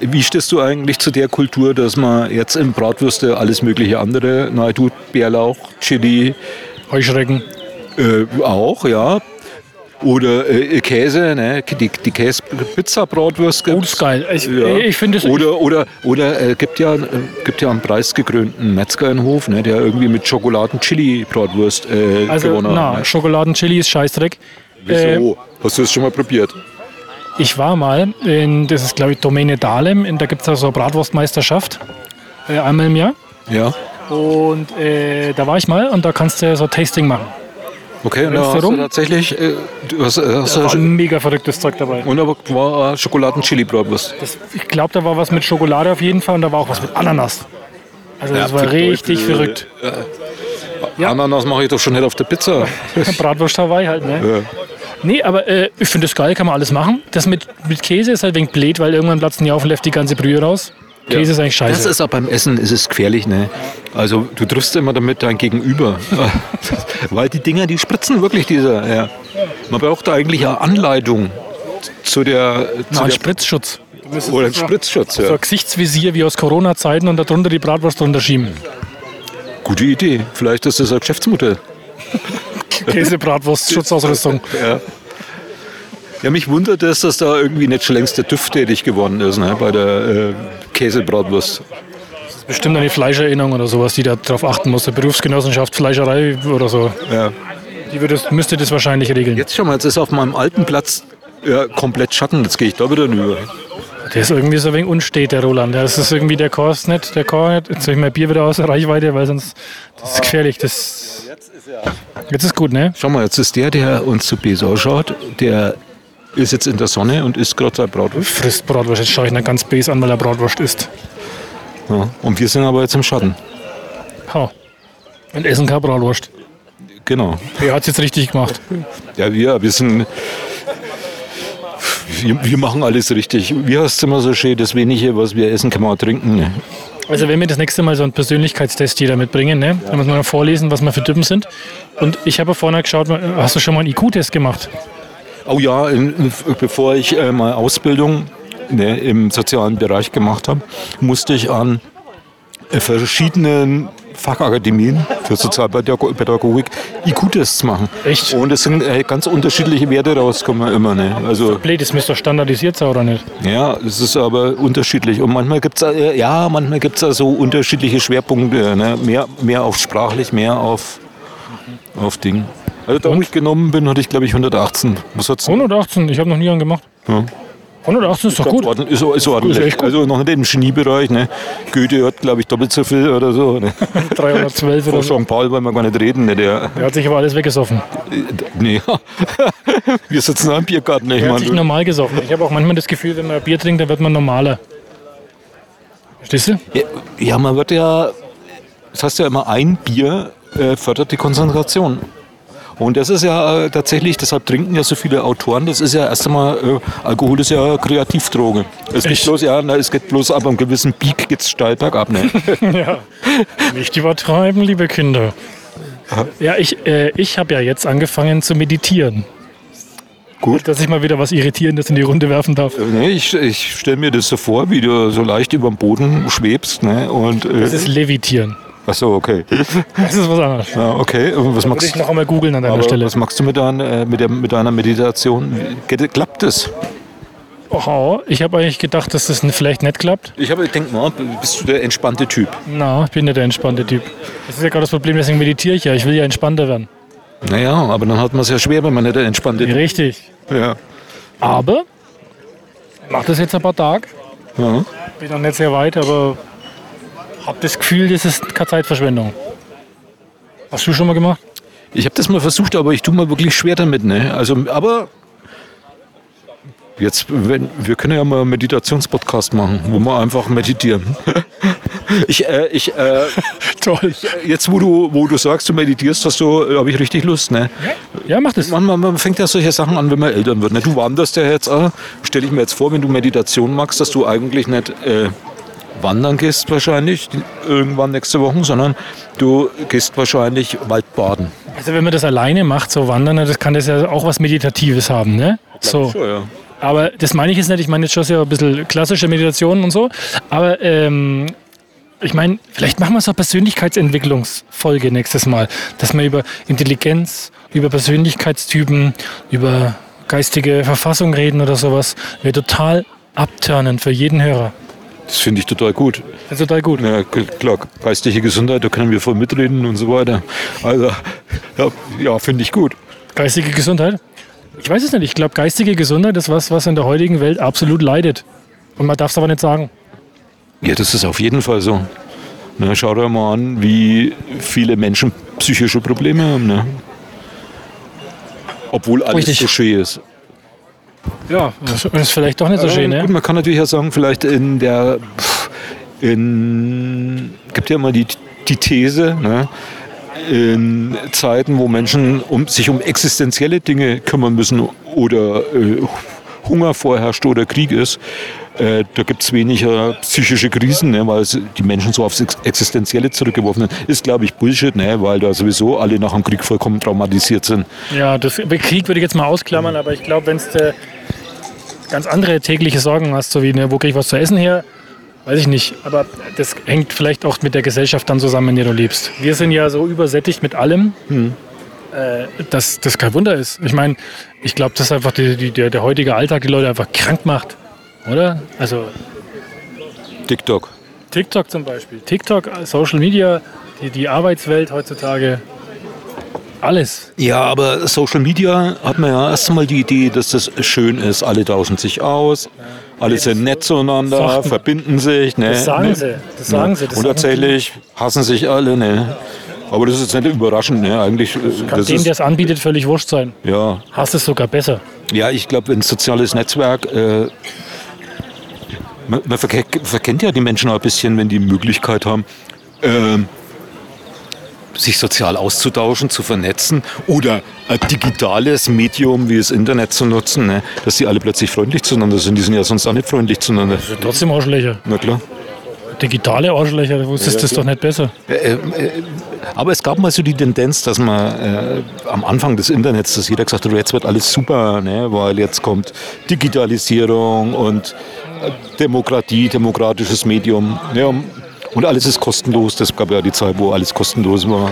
Wie stehst du eigentlich zu der Kultur, dass man jetzt in Bratwürste alles mögliche andere nahe tut? Bärlauch, Chili Heuschrecken. äh, auch, ja. Oder äh, Käse, ne? die, die Käse-Pizza-Bratwurst Oh, gibt's. das ist geil. Ich, Ja. ich finde es. Oder, oder, oder äh, gibt ja, äh, gibt ja einen preisgekrönten Metzger in Hof, ne, der irgendwie mit Schokoladen-Chili-Bratwurst äh, Also, gewonnen na, hat. Ne? Schokoladen-Chili ist Scheißdreck. Äh, Wieso? Hast du das schon mal probiert? Ich war mal in, das ist glaube ich Domäne Dahlem, in, da gibt es so eine Bratwurstmeisterschaft, äh, einmal im Jahr. Ja. Und äh, da war ich mal und da kannst du so Tasting machen. Okay, und da Rennst du hast du rum? tatsächlich. Äh, du hast, äh, hast Da war du, Also mega verrücktes Zeug dabei. und aber war äh, Schokoladen-Chili-Bratwurst. Das, ich glaube, da war was mit Schokolade auf jeden Fall und da war auch was mit Ananas. Also das Ja, war für richtig Teufel. verrückt. Ja. Ananas mache ich doch schon nicht auf der Pizza. Bratwurst Hawaii halt, ne? Ja. Nee, aber äh, ich finde das geil, kann man alles machen. Das mit, mit Käse ist halt wegen blöd, weil irgendwann platzen die auf und läuft die ganze Brühe raus. Käse ist eigentlich scheiße. Das ist auch beim Essen ist es gefährlich, ne? Also du triffst immer damit dein Gegenüber. Weil die Dinger, die spritzen wirklich dieser. Ja. Man braucht da eigentlich eine Anleitung zu der, zu Na, ein der Spritzschutz. oder einen Spritzschutz. So Ja. ein Gesichtsvisier wie aus Corona-Zeiten und darunter die Bratwurst drunter schieben. Gute Idee. Vielleicht ist das ein Geschäftsmodell. Käse-Bratwurst-Schutzausrüstung. Ja, mich wundert es, dass da irgendwie nicht schon längst der TÜV tätig geworden ist, ne? Bei der äh, Käsebratwurst. Bestimmt eine Fleischerinnung oder sowas, die da drauf achten muss. Die Berufsgenossenschaft Fleischerei oder so. Ja. Die würde, müsste das wahrscheinlich regeln. Jetzt schon mal, jetzt ist auf meinem alten Platz ja, komplett Schatten. Jetzt gehe ich da wieder rüber. Der ist irgendwie so wegen unstet, der Roland. Das ist irgendwie der Chor ist nicht. Der Chor nicht. Jetzt soll ich mein Bier wieder aus der Reichweite, weil sonst das ist gefährlich. Das jetzt ist gut, ne? Schau mal, jetzt ist der, der uns zu Besau schaut, der ist jetzt in der Sonne und isst gerade sein Bratwurst. Frisst Bratwurst. Jetzt schaue ich ihn ganz bes an, weil er Bratwurst isst. Ja. Und wir sind aber jetzt im Schatten. Ha. Und essen keine Bratwurst. Genau. Der hat es jetzt richtig gemacht. Ja, wir, wir sind. Wir, wir machen alles richtig. Wir hast immer so schön, das Wenige, was wir essen, kann man auch trinken. ne? Also wenn wir das nächste Mal so einen Persönlichkeitstest jeder mitbringen, ne? dann muss man mal vorlesen, was wir für Typen sind. Und ich habe vorhin geschaut, hast du schon mal einen IQ-Test gemacht? Oh ja, in, in, bevor ich äh, meine Ausbildung ne, im sozialen Bereich gemacht habe, musste ich an äh, verschiedenen Fachakademien für Sozialpädagogik IQ-Tests machen. Echt? Und es sind äh, ganz unterschiedliche Werte rauskommen immer. Ne? Also Blöd, das müsste doch standardisiert sein, oder nicht? ja, es ist aber unterschiedlich. Und manchmal gibt's da, äh, ja, manchmal gibt's da so unterschiedliche Schwerpunkte. Ne? Mehr, mehr auf sprachlich, mehr auf, auf Ding. Also da wo ich genommen bin, hatte ich glaube ich 118. Was hat's 118, ich habe noch nie einen gemacht. 118 ist doch gut. Orden- Ist, ist ordentlich. echt gut. Also noch nicht im Geniebereich. Ne? Goethe hat, glaube ich, doppelt so viel oder so. Ne? 312 Von oder so. Jean Paul wollen wir gar nicht reden. Ne? Der, Er hat sich aber alles weggesoffen. äh, nee. wir sitzen am Biergarten. ne? Ich Er hat sich meine, normal gesoffen. Ich habe auch manchmal das Gefühl, wenn man Bier trinkt, dann wird man normaler. Verstehst du? ja, ja, man wird ja, das heißt ja immer, ein Bier äh, fördert die Konzentration. Und das ist ja äh, tatsächlich, deshalb trinken ja so viele Autoren, das ist ja erst einmal, äh, Alkohol ist ja Kreativdroge. Es geht, Echt? bloß, ja, na, es geht bloß ab einem gewissen Peak geht's steil bergab. Ne? Nicht übertreiben, liebe Kinder. Ah. Ja, ich, äh, ich habe ja jetzt angefangen zu meditieren. Gut. Dass ich mal wieder was Irritierendes in die Runde werfen darf. Nee, ich ich stelle mir das so vor, wie du so leicht über dem Boden schwebst. Ne? Und, Das ist äh, Levitieren. ach so, okay. Das ist was anderes. Ja, okay, und was Würde ich machst, noch einmal googeln an deiner aber Stelle. was machst du mit, dein, äh, mit, der, mit deiner Meditation? Wie- geht- Klappt das? Oh, ich habe eigentlich gedacht, dass das vielleicht nicht klappt. Ich habe gedacht, mal, bist du der entspannte Typ? Na, ich bin nicht der entspannte Typ. Das ist ja gerade das Problem, deswegen meditiere ich ja. Ich will ja entspannter werden. Naja, aber dann hat man es ja schwer, wenn man nicht der entspannte Typ Richtig. ist. Ja. Aber, ich mache das jetzt ein paar Tage. Ja. Bin noch nicht sehr weit, aber habe das Gefühl, das ist keine Zeitverschwendung. Hast du schon mal gemacht? Ich habe das mal versucht, aber ich tue mir wirklich schwer damit. Ne? Also, aber jetzt, wenn, wir können ja mal einen Meditationspodcast machen, wo wir einfach meditieren. ich, äh, ich, äh, Toll. jetzt, wo du, wo du sagst, du meditierst, hast du, habe ich richtig Lust. Ne? Ja, mach das. Man, man, man fängt ja solche Sachen an, wenn man Eltern wird. Ne? Du wanderst ja jetzt, äh, stelle ich mir jetzt vor, wenn du Meditation machst, dass du eigentlich nicht äh, wandern gehst wahrscheinlich irgendwann nächste Woche, sondern du gehst wahrscheinlich Waldbaden. Also wenn man das alleine macht, so wandern, das kann das ja auch was Meditatives haben, ne? So. So, ja. Aber das meine ich jetzt nicht. Ich meine jetzt schon so ein bisschen klassische Meditationen und so. Aber ähm, ich meine, vielleicht machen wir so eine Persönlichkeitsentwicklungsfolge nächstes Mal, dass wir über Intelligenz, über Persönlichkeitstypen, über geistige Verfassung reden oder sowas. Wäre total abturnen für jeden Hörer. Das finde ich total gut. Wäre total gut. Ja, k- klar, geistige Gesundheit, da können wir voll mitreden und so weiter. Also, ja, ja finde ich gut. Geistige Gesundheit? Ich weiß es nicht. Ich glaube, geistige Gesundheit ist was, was in der heutigen Welt absolut leidet. Und man darf es aber nicht sagen. Ja, das ist auf jeden Fall so. Ne, schau dir mal an, wie viele Menschen psychische Probleme haben. Ne? Obwohl alles Richtig. so schön ist. Ja, das ist vielleicht doch nicht so Äh, schön, Gut, ne? man kann natürlich auch sagen, vielleicht in der. pff, In, gibt ja immer die, die These, ne? in Zeiten, wo Menschen um, sich um existenzielle Dinge kümmern müssen oder äh, Hunger vorherrscht oder Krieg ist, äh, da gibt es weniger psychische Krisen, ne? weil es die Menschen so aufs Ex- Existenzielle zurückgeworfen sind. Ist, glaube ich, Bullshit, ne? weil da sowieso alle nach dem Krieg vollkommen traumatisiert sind. Ja, das Krieg würde ich jetzt mal ausklammern, aber ich glaube, wenn du ganz andere tägliche Sorgen hast, so wie, ne, wo krieg ich was zu essen her, weiß ich nicht. Aber das hängt vielleicht auch mit der Gesellschaft dann zusammen, in der du lebst. Wir sind ja so übersättigt mit allem, Hm. äh, dass das kein Wunder ist. Ich meine, ich glaube, dass einfach die, die, der, der heutige Alltag die Leute einfach krank macht, oder? Also TikTok. TikTok zum Beispiel. TikTok, Social Media, die, die Arbeitswelt heutzutage. Alles. Ja, aber Social Media hat man ja erstmal die Idee, dass das schön ist. Alle tauschen sich aus, alle sind nett zueinander, Sagen- verbinden sich. Ne, Das sagen ne, sie. Das sagen ne. sie. Das Und sagen tatsächlich hassen sich alle. Ne. Aber das ist jetzt nicht überraschend. Ne. Eigentlich, äh, das Dem, der ist, es anbietet, völlig wurscht sein. ja. Hast es sogar besser. ja, ich glaube, ein soziales Netzwerk. Äh, man man verke- verkennt ja die Menschen auch ein bisschen, wenn die Möglichkeit haben. ähm, sich sozial auszutauschen, zu vernetzen oder ein digitales Medium wie das Internet zu nutzen, ne? dass die alle plötzlich freundlich zueinander sind. Die sind ja sonst auch nicht freundlich zueinander. Trotzdem Arschlöcher. Na klar. Digitale Arschlöcher, du wusstest das doch nicht besser. Aber es gab mal so die Tendenz, dass man äh, am Anfang des Internets, dass jeder gesagt hat, jetzt wird alles super, ne? weil jetzt kommt Digitalisierung und äh, Demokratie, demokratisches Medium. Ja, und alles ist kostenlos. Das gab ja die Zeit, wo alles kostenlos war.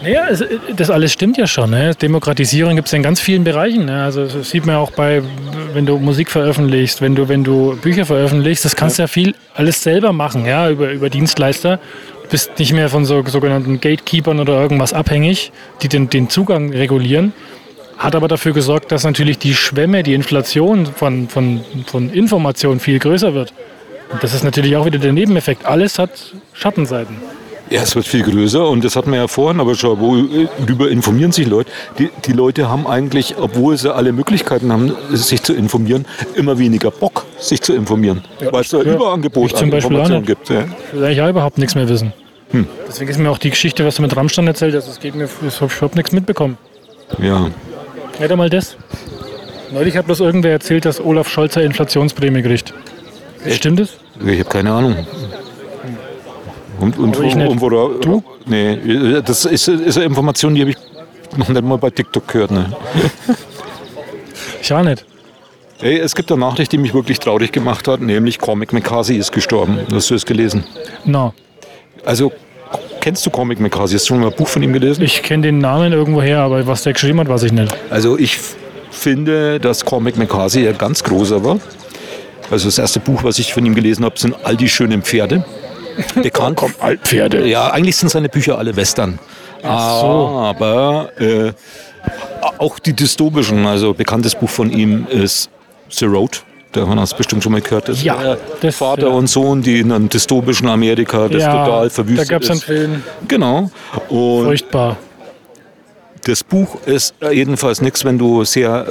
Naja, es, das alles stimmt ja schon. Ne? Demokratisierung gibt es in ganz vielen Bereichen. Ne? Also das sieht man ja auch bei, wenn du Musik veröffentlichst, wenn du, wenn du Bücher veröffentlichst, das kannst du ja viel alles selber machen, ja, über, über Dienstleister. Du bist nicht mehr von so sogenannten Gatekeepern oder irgendwas abhängig, die den, den Zugang regulieren. Hat aber dafür gesorgt, dass natürlich die Schwemme, die Inflation von, von, von Informationen viel größer wird. Und das ist natürlich auch wieder der Nebeneffekt. Alles hat Schattenseiten. Ja, es wird viel größer und das hatten wir ja vorhin, aber schon, worüber informieren sich Leute? Die, die Leute haben eigentlich, obwohl sie alle Möglichkeiten haben, sich zu informieren, immer weniger Bock, sich zu informieren, weil es da ja. Überangebot Ich zum an Beispiel Informationen auch gibt. Ja. Ich will eigentlich auch überhaupt nichts mehr wissen. Hm. Deswegen ist mir auch die Geschichte, was du mit Rammstein erzählt hast, das geht mir, das habe ich überhaupt nichts mitbekommen. ja. Hätte mal das. Neulich hat bloß irgendwer erzählt, dass Olaf Scholz eine Inflationsprämie kriegt. Stimmt es? Ich habe keine Ahnung. Und, und, Aber ich und, nicht. wo Du? Nee, das ist, ist eine Information, die habe ich noch nicht mal bei TikTok gehört. Ne? Ich auch nicht. Ey, es gibt eine Nachricht, die mich wirklich traurig gemacht hat, nämlich Comic McCarthy ist gestorben. Hast du es gelesen? Na, Also, kennst du Comic McCarthy? Hast du schon mal ein Buch von ihm gelesen? ich kenne den Namen irgendwoher, aber was der geschrieben hat, weiß ich nicht. Also ich f- finde, dass Cormac McCarthy ja ganz großer war. Also das erste Buch, was ich von ihm gelesen habe, sind All die schönen Pferde. Bekannt. Komm, Altpferde. Ja, eigentlich sind seine Bücher alle Western. Ah, so. Aber äh, auch die dystopischen, also bekanntes Buch von ihm ist The Road. Davon hast du bestimmt schon mal gehört. Das Ja, war das- Vater ja. und Sohn, die in einem dystopischen Amerika, das total da verwüstet gab es einen ist. Film. Genau. Und Furchtbar. das Buch ist jedenfalls nichts, wenn du sehr,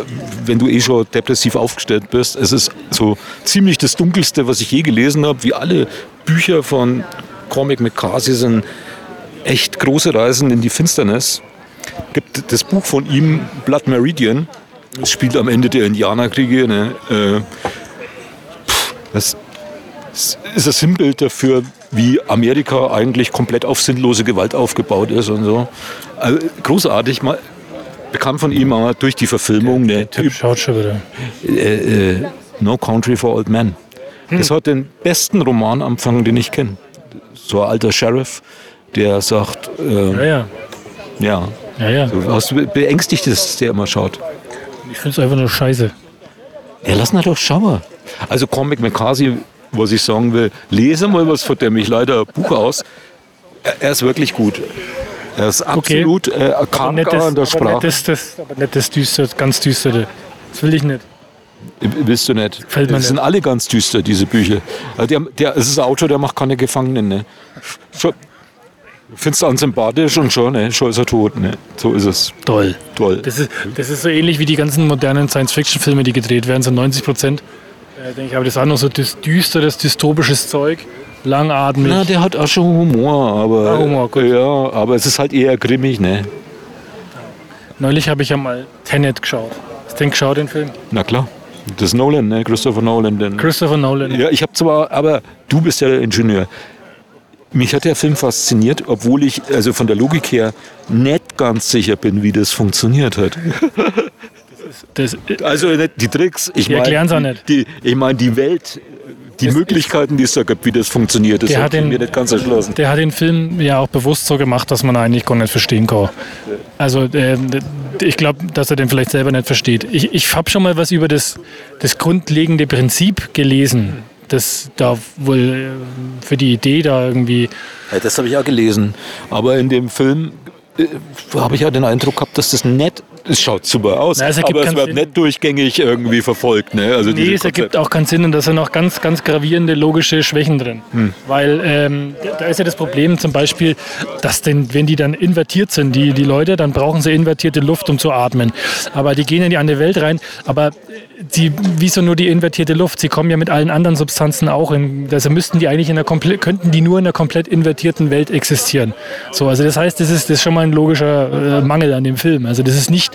wenn du eh schon depressiv aufgestellt bist. Es ist so ziemlich das Dunkelste, was ich je gelesen habe. Wie alle Bücher von Cormac McCarthy sind echt große Reisen in die Finsternis. Gibt das Buch von ihm Blood Meridian. Es spielt am Ende der Indianerkriege. Ne? Äh, pff, das ist das Sinnbild dafür, wie Amerika eigentlich komplett auf sinnlose Gewalt aufgebaut ist und so. Also, großartig. Mal, bekam von ihm aber durch die Verfilmung ne, Typ schaut schon wieder. äh, äh, No Country for Old Men. Das hat den besten Romananfang, den ich kenne. so ein alter Sheriff, der sagt, Ja, äh, ja. ja, ja, ja. du hast be- beängstigt ist, der immer schaut. Ich finde es einfach nur scheiße. Ja, lass ihn doch schauen. Also Comic McCarthy, was ich sagen will, lese mal was von dem, ich leider ein Buch aus. Er, er ist wirklich gut. Er ist absolut äh, ein Aber Kranker nicht das, an der aber nicht Sprache. das, das, aber nicht das düster, ganz düstere. Das will ich nicht. Willst Äh, du nicht? Gefällt mir das sind nicht. alle ganz düster, diese Bücher. Also der, der, es ist ein Autor, der macht keine Gefangenen. Ne? Schon, findest du unsympathisch und schon, ne? schon ist er tot. Ne? So ist es. Toll. Toll. Das ist, das ist so ähnlich wie die ganzen modernen Science-Fiction-Filme, die gedreht werden, so 90 Prozent. Äh, denke ich, aber das ist auch noch so dys- düsteres, dystopisches Zeug. Langatmig. Na, der hat auch schon Humor, aber, Ah, Humor, gut. ja, aber es ist halt eher grimmig, ne? Neulich habe ich ja mal Tenet geschaut. Hast du den geschaut, den Film? Na klar. Das ist Nolan, ne? Christopher Nolan. Denn Christopher Nolan. Ja, ich habe zwar, aber du bist ja der Ingenieur. Mich hat der Film fasziniert, obwohl ich also von der Logik her nicht ganz sicher bin, wie das funktioniert hat. Das, Also nicht die Tricks, ich Die erklären's auch meine nicht. die, ich mein, die Welt, die Möglichkeiten, die es da gibt, wie das funktioniert, das Der hat hat den- mir nicht ganz erschlossen. der hat den Film ja auch bewusst so gemacht, dass man eigentlich gar nicht verstehen kann. Also äh, ich glaube, dass er den vielleicht selber nicht versteht. Ich, ich habe schon mal was über das, das grundlegende Prinzip gelesen, das da wohl äh, für die Idee da irgendwie Ja, Äh, das habe ich auch gelesen. Aber in dem Film äh, habe ich ja den Eindruck gehabt, dass das nett. Es schaut super aus, Na, es ergibt aber es keinen wird Sinn. nicht durchgängig irgendwie verfolgt. Ne? Also Nee, diese es ergibt Konzepte. auch keinen Sinn und da sind auch ganz, ganz gravierende logische Schwächen drin. Hm. Weil ähm, da- da ist ja das Problem zum Beispiel, dass denn, wenn die dann invertiert sind, die, die Leute, dann brauchen sie invertierte Luft, um zu atmen. Aber die gehen in die andere Welt rein, aber die, wieso nur die invertierte Luft? Sie kommen ja mit allen anderen Substanzen auch in, also müssten die eigentlich in einer komplett, könnten die nur in einer komplett invertierten Welt existieren. So, also das heißt, das ist, das ist schon mal ein logischer äh, Mangel an dem Film. Also das ist nicht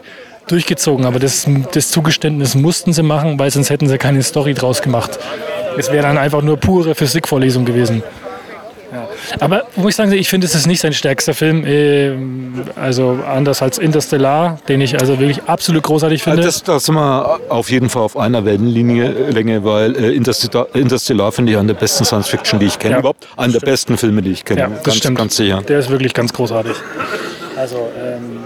durchgezogen, aber das, das Zugeständnis mussten sie machen, weil sonst hätten sie keine Story draus gemacht. Es wäre dann einfach nur pure Physikvorlesung gewesen. Ja. Aber muss ich sagen, ich finde, es ist nicht sein stärkster Film. Ähm, Also anders als Interstellar, den ich also wirklich absolut großartig finde. Also das, das sind wir auf jeden Fall auf einer Wellenlinie, Länge, weil äh, Interstellar, Interstellar finde ich einen der besten Science-Fiction, die ich kenne. Ja, überhaupt einen der besten Filme, die ich kenne. ja, das ganz, stimmt. ganz sicher. Der ist wirklich ganz großartig. Also, ähm,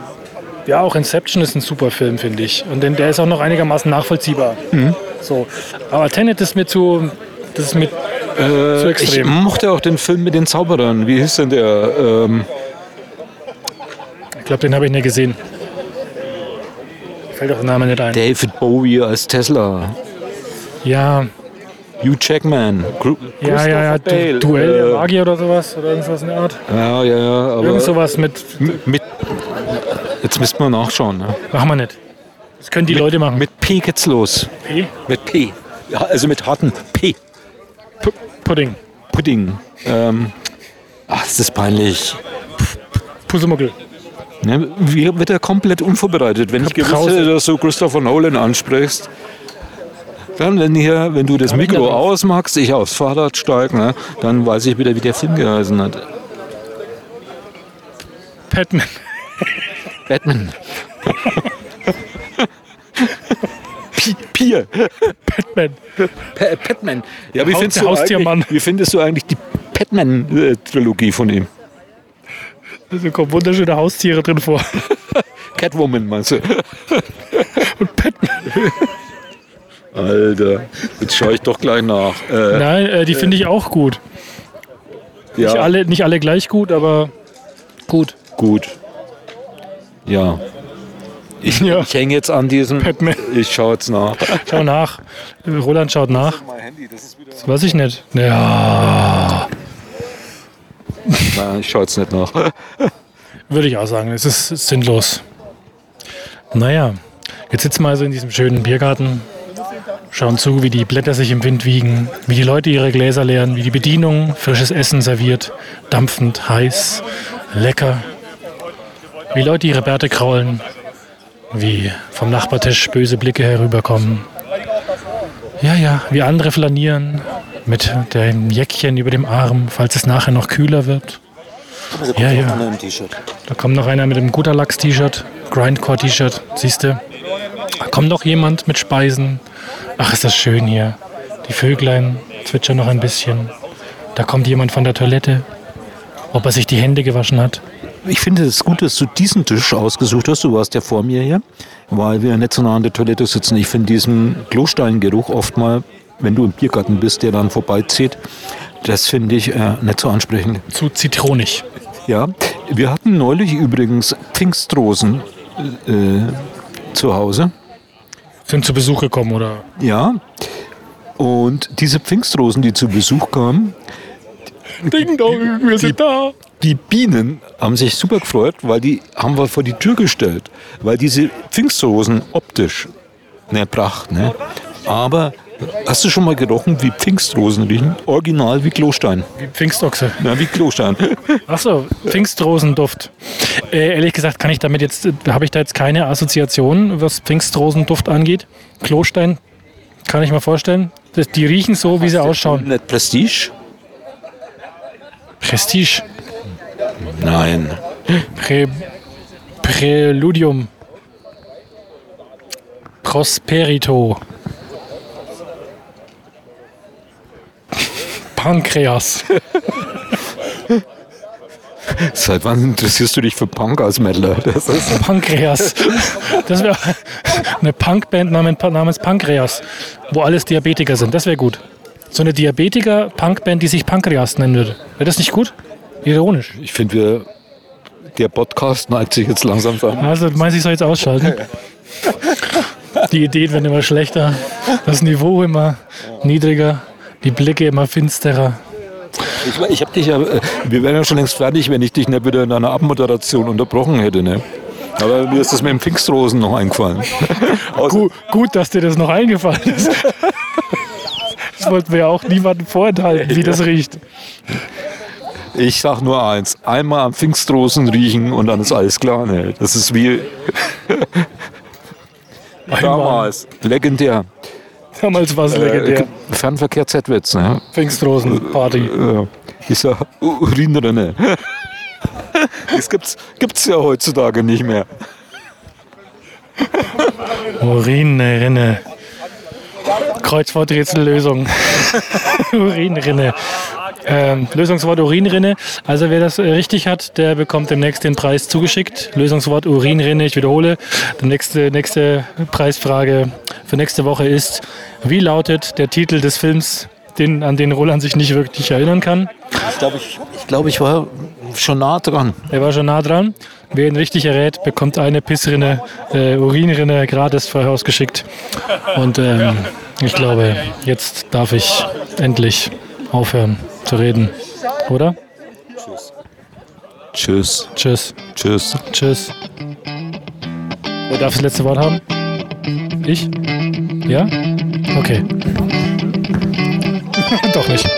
ja, auch Inception ist ein super Film, finde ich. Und den, der ist auch noch einigermaßen nachvollziehbar. Mhm. So. Aber Tenet ist mir zu. Das ist mir Äh, Zu extrem. Ich mochte auch den Film mit den Zauberern. Wie hieß denn der? Ähm, Ich glaube, den habe ich nicht gesehen. Fällt doch der Name nicht ein. David Bowie als Tesla. ja, Hugh Jackman. Gru ja, ja, ja. Du, Christopher Duell der Bale. Magier oder sowas. Oder irgendwas in der Art. Äh, ja, ja, ja. Irgend Aber sowas mit. m- mit, jetzt müssten wir nachschauen. Ne? Machen wir nicht. Das können die Leute machen. Mit P geht's los. P? Mit P. Ja, also mit harten P. P Pudding. Pudding. Ähm, ach, ist das peinlich. Pusemuckel. Ne, wie wird er komplett unvorbereitet? Wenn ich gewusst Krause. hätte, dass du Christopher Nolan ansprichst, dann, wenn, hier, wenn du das bin ich Mikro da drauf. ausmachst, ich aufs Fahrrad steig, ne, dann weiß ich wieder, wie der Film geheißen hat. Batman. Batman. Pi- Pier. Batman. äh, Pa- Batman. Ja, wie, Haus- findest der du Haustiermann. eigentlich- wie findest du eigentlich die Batman-Trilogie von ihm? Da kommen wunderschöne Haustiere drin vor. Catwoman meinst du? Und Batman. Alter, jetzt schaue ich doch gleich nach. Äh, Nein, äh, die finde ich auch gut. ja, Nicht, alle, nicht alle gleich gut, aber gut. gut. Ja. Ich, Ja. ich hänge jetzt an diesem. Batman. Ich schaue jetzt nach. Schau nach. Roland schaut nach. Das weiß ich nicht. Ja. Nein, ich schaue jetzt nicht nach. Würde ich auch sagen, es ist sinnlos. Naja, jetzt sitzen wir also in diesem schönen Biergarten, schauen zu, wie die Blätter sich im Wind wiegen, wie die Leute ihre Gläser leeren, wie die Bedienung frisches Essen serviert, dampfend, heiß, lecker, wie Leute ihre Bärte kraulen, wie vom Nachbartisch böse Blicke herüberkommen. Ja, ja, wie andere flanieren mit dem Jäckchen über dem Arm, falls es nachher noch kühler wird. Ja, ja. Da kommt noch einer mit einem Guterlachs-T-Shirt, Grindcore-T-Shirt, siehst du. Da kommt noch jemand mit Speisen. Ach, ist das schön hier. Die Vöglein zwitschern noch ein bisschen. Da kommt jemand von der Toilette. ob er sich die Hände gewaschen hat. Ich finde es gut, dass du diesen Tisch ausgesucht hast. Du warst ja vor mir hier, weil wir nicht so nah an der Toilette sitzen. Ich finde diesen Klosteingeruch oft mal, wenn du im Biergarten bist, der dann vorbeizieht, das finde ich äh, nicht so ansprechend. Zu zitronig. Ja, wir hatten neulich übrigens Pfingstrosen äh, zu Hause. Sind zu Besuch gekommen, oder? Ja, und diese Pfingstrosen, die zu Besuch kamen, Ding dong, wir sind da. die Bienen haben sich super gefreut, weil die haben wir vor die Tür gestellt. Weil diese Pfingstrosen optisch, ne, Pracht, ne. Aber hast du schon mal gerochen, wie Pfingstrosen riechen? Original wie Klostein. Wie Pfingstochse. Na, wie Klostein. Achso, Pfingstrosenduft. Äh, ehrlich gesagt kann ich damit jetzt, äh, habe ich da jetzt keine Assoziation, was Pfingstrosenduft angeht. Klostein, kann ich mir vorstellen. Das, die riechen so, wie sie ausschauen. Nicht Prestige? Prestige. Nein. Prä Präludium. Prosperito. Pankreas. Seit wann interessierst du dich für Punk als Mettler? Das ist Pankreas. Das wäre eine Punkband namen- namens Pankreas, wo alles Diabetiker sind. Das wäre gut. So eine Diabetiker-Punkband, die sich Pankreas nennen würde. Wäre das nicht gut? Ironisch. ich finde, wir, der Podcast neigt sich jetzt langsam vor. Also, meinst du, ich soll jetzt ausschalten? Die Ideen werden immer schlechter, das Niveau immer niedriger, die Blicke immer finsterer. Ich, ich hab dich ja, äh, wir wären ja schon längst fertig, wenn ich dich nicht wieder in deiner Abmoderation unterbrochen hätte. Ne? Aber mir ist das mit dem Pfingstrosen noch eingefallen. Gut, gut, dass dir das noch eingefallen ist. Das wollten wir ja auch niemandem vorenthalten, wie das riecht. Ich sag nur eins: einmal am Pfingstrosen riechen und dann ist alles klar. Ne? Das ist wie damals. Legendär. Damals war es legendär. Äh, Fernverkehr Z-Witz. Ne? Pfingstrosenparty. Ja. Ich sag U- Urinrinne. Das gibt's, gibt's ja heutzutage nicht mehr. Urinrinne. Kreuzworträtsellösung. Urinrinne. Ähm, Lösungswort Urinrinne. Also wer das äh, richtig hat, der bekommt demnächst den Preis zugeschickt. Lösungswort Urinrinne, ich wiederhole. Die nächste, nächste Preisfrage für nächste Woche ist, wie lautet der Titel des Films, den, an den Roland sich nicht wirklich erinnern kann? Ich glaube, ich, ich, glaub, ich war schon nah dran. Er war schon nah dran. Wer ihn richtig errät, bekommt eine Pissrinne, äh, Urinrinne gratis frei ausgeschickt. Und ähm, ich glaube, jetzt darf ich endlich aufhören zu reden. Oder? Tschüss. Tschüss. Tschüss. Tschüss. Wer darf das letzte Wort haben? Ich? Ja? Okay. Doch nicht.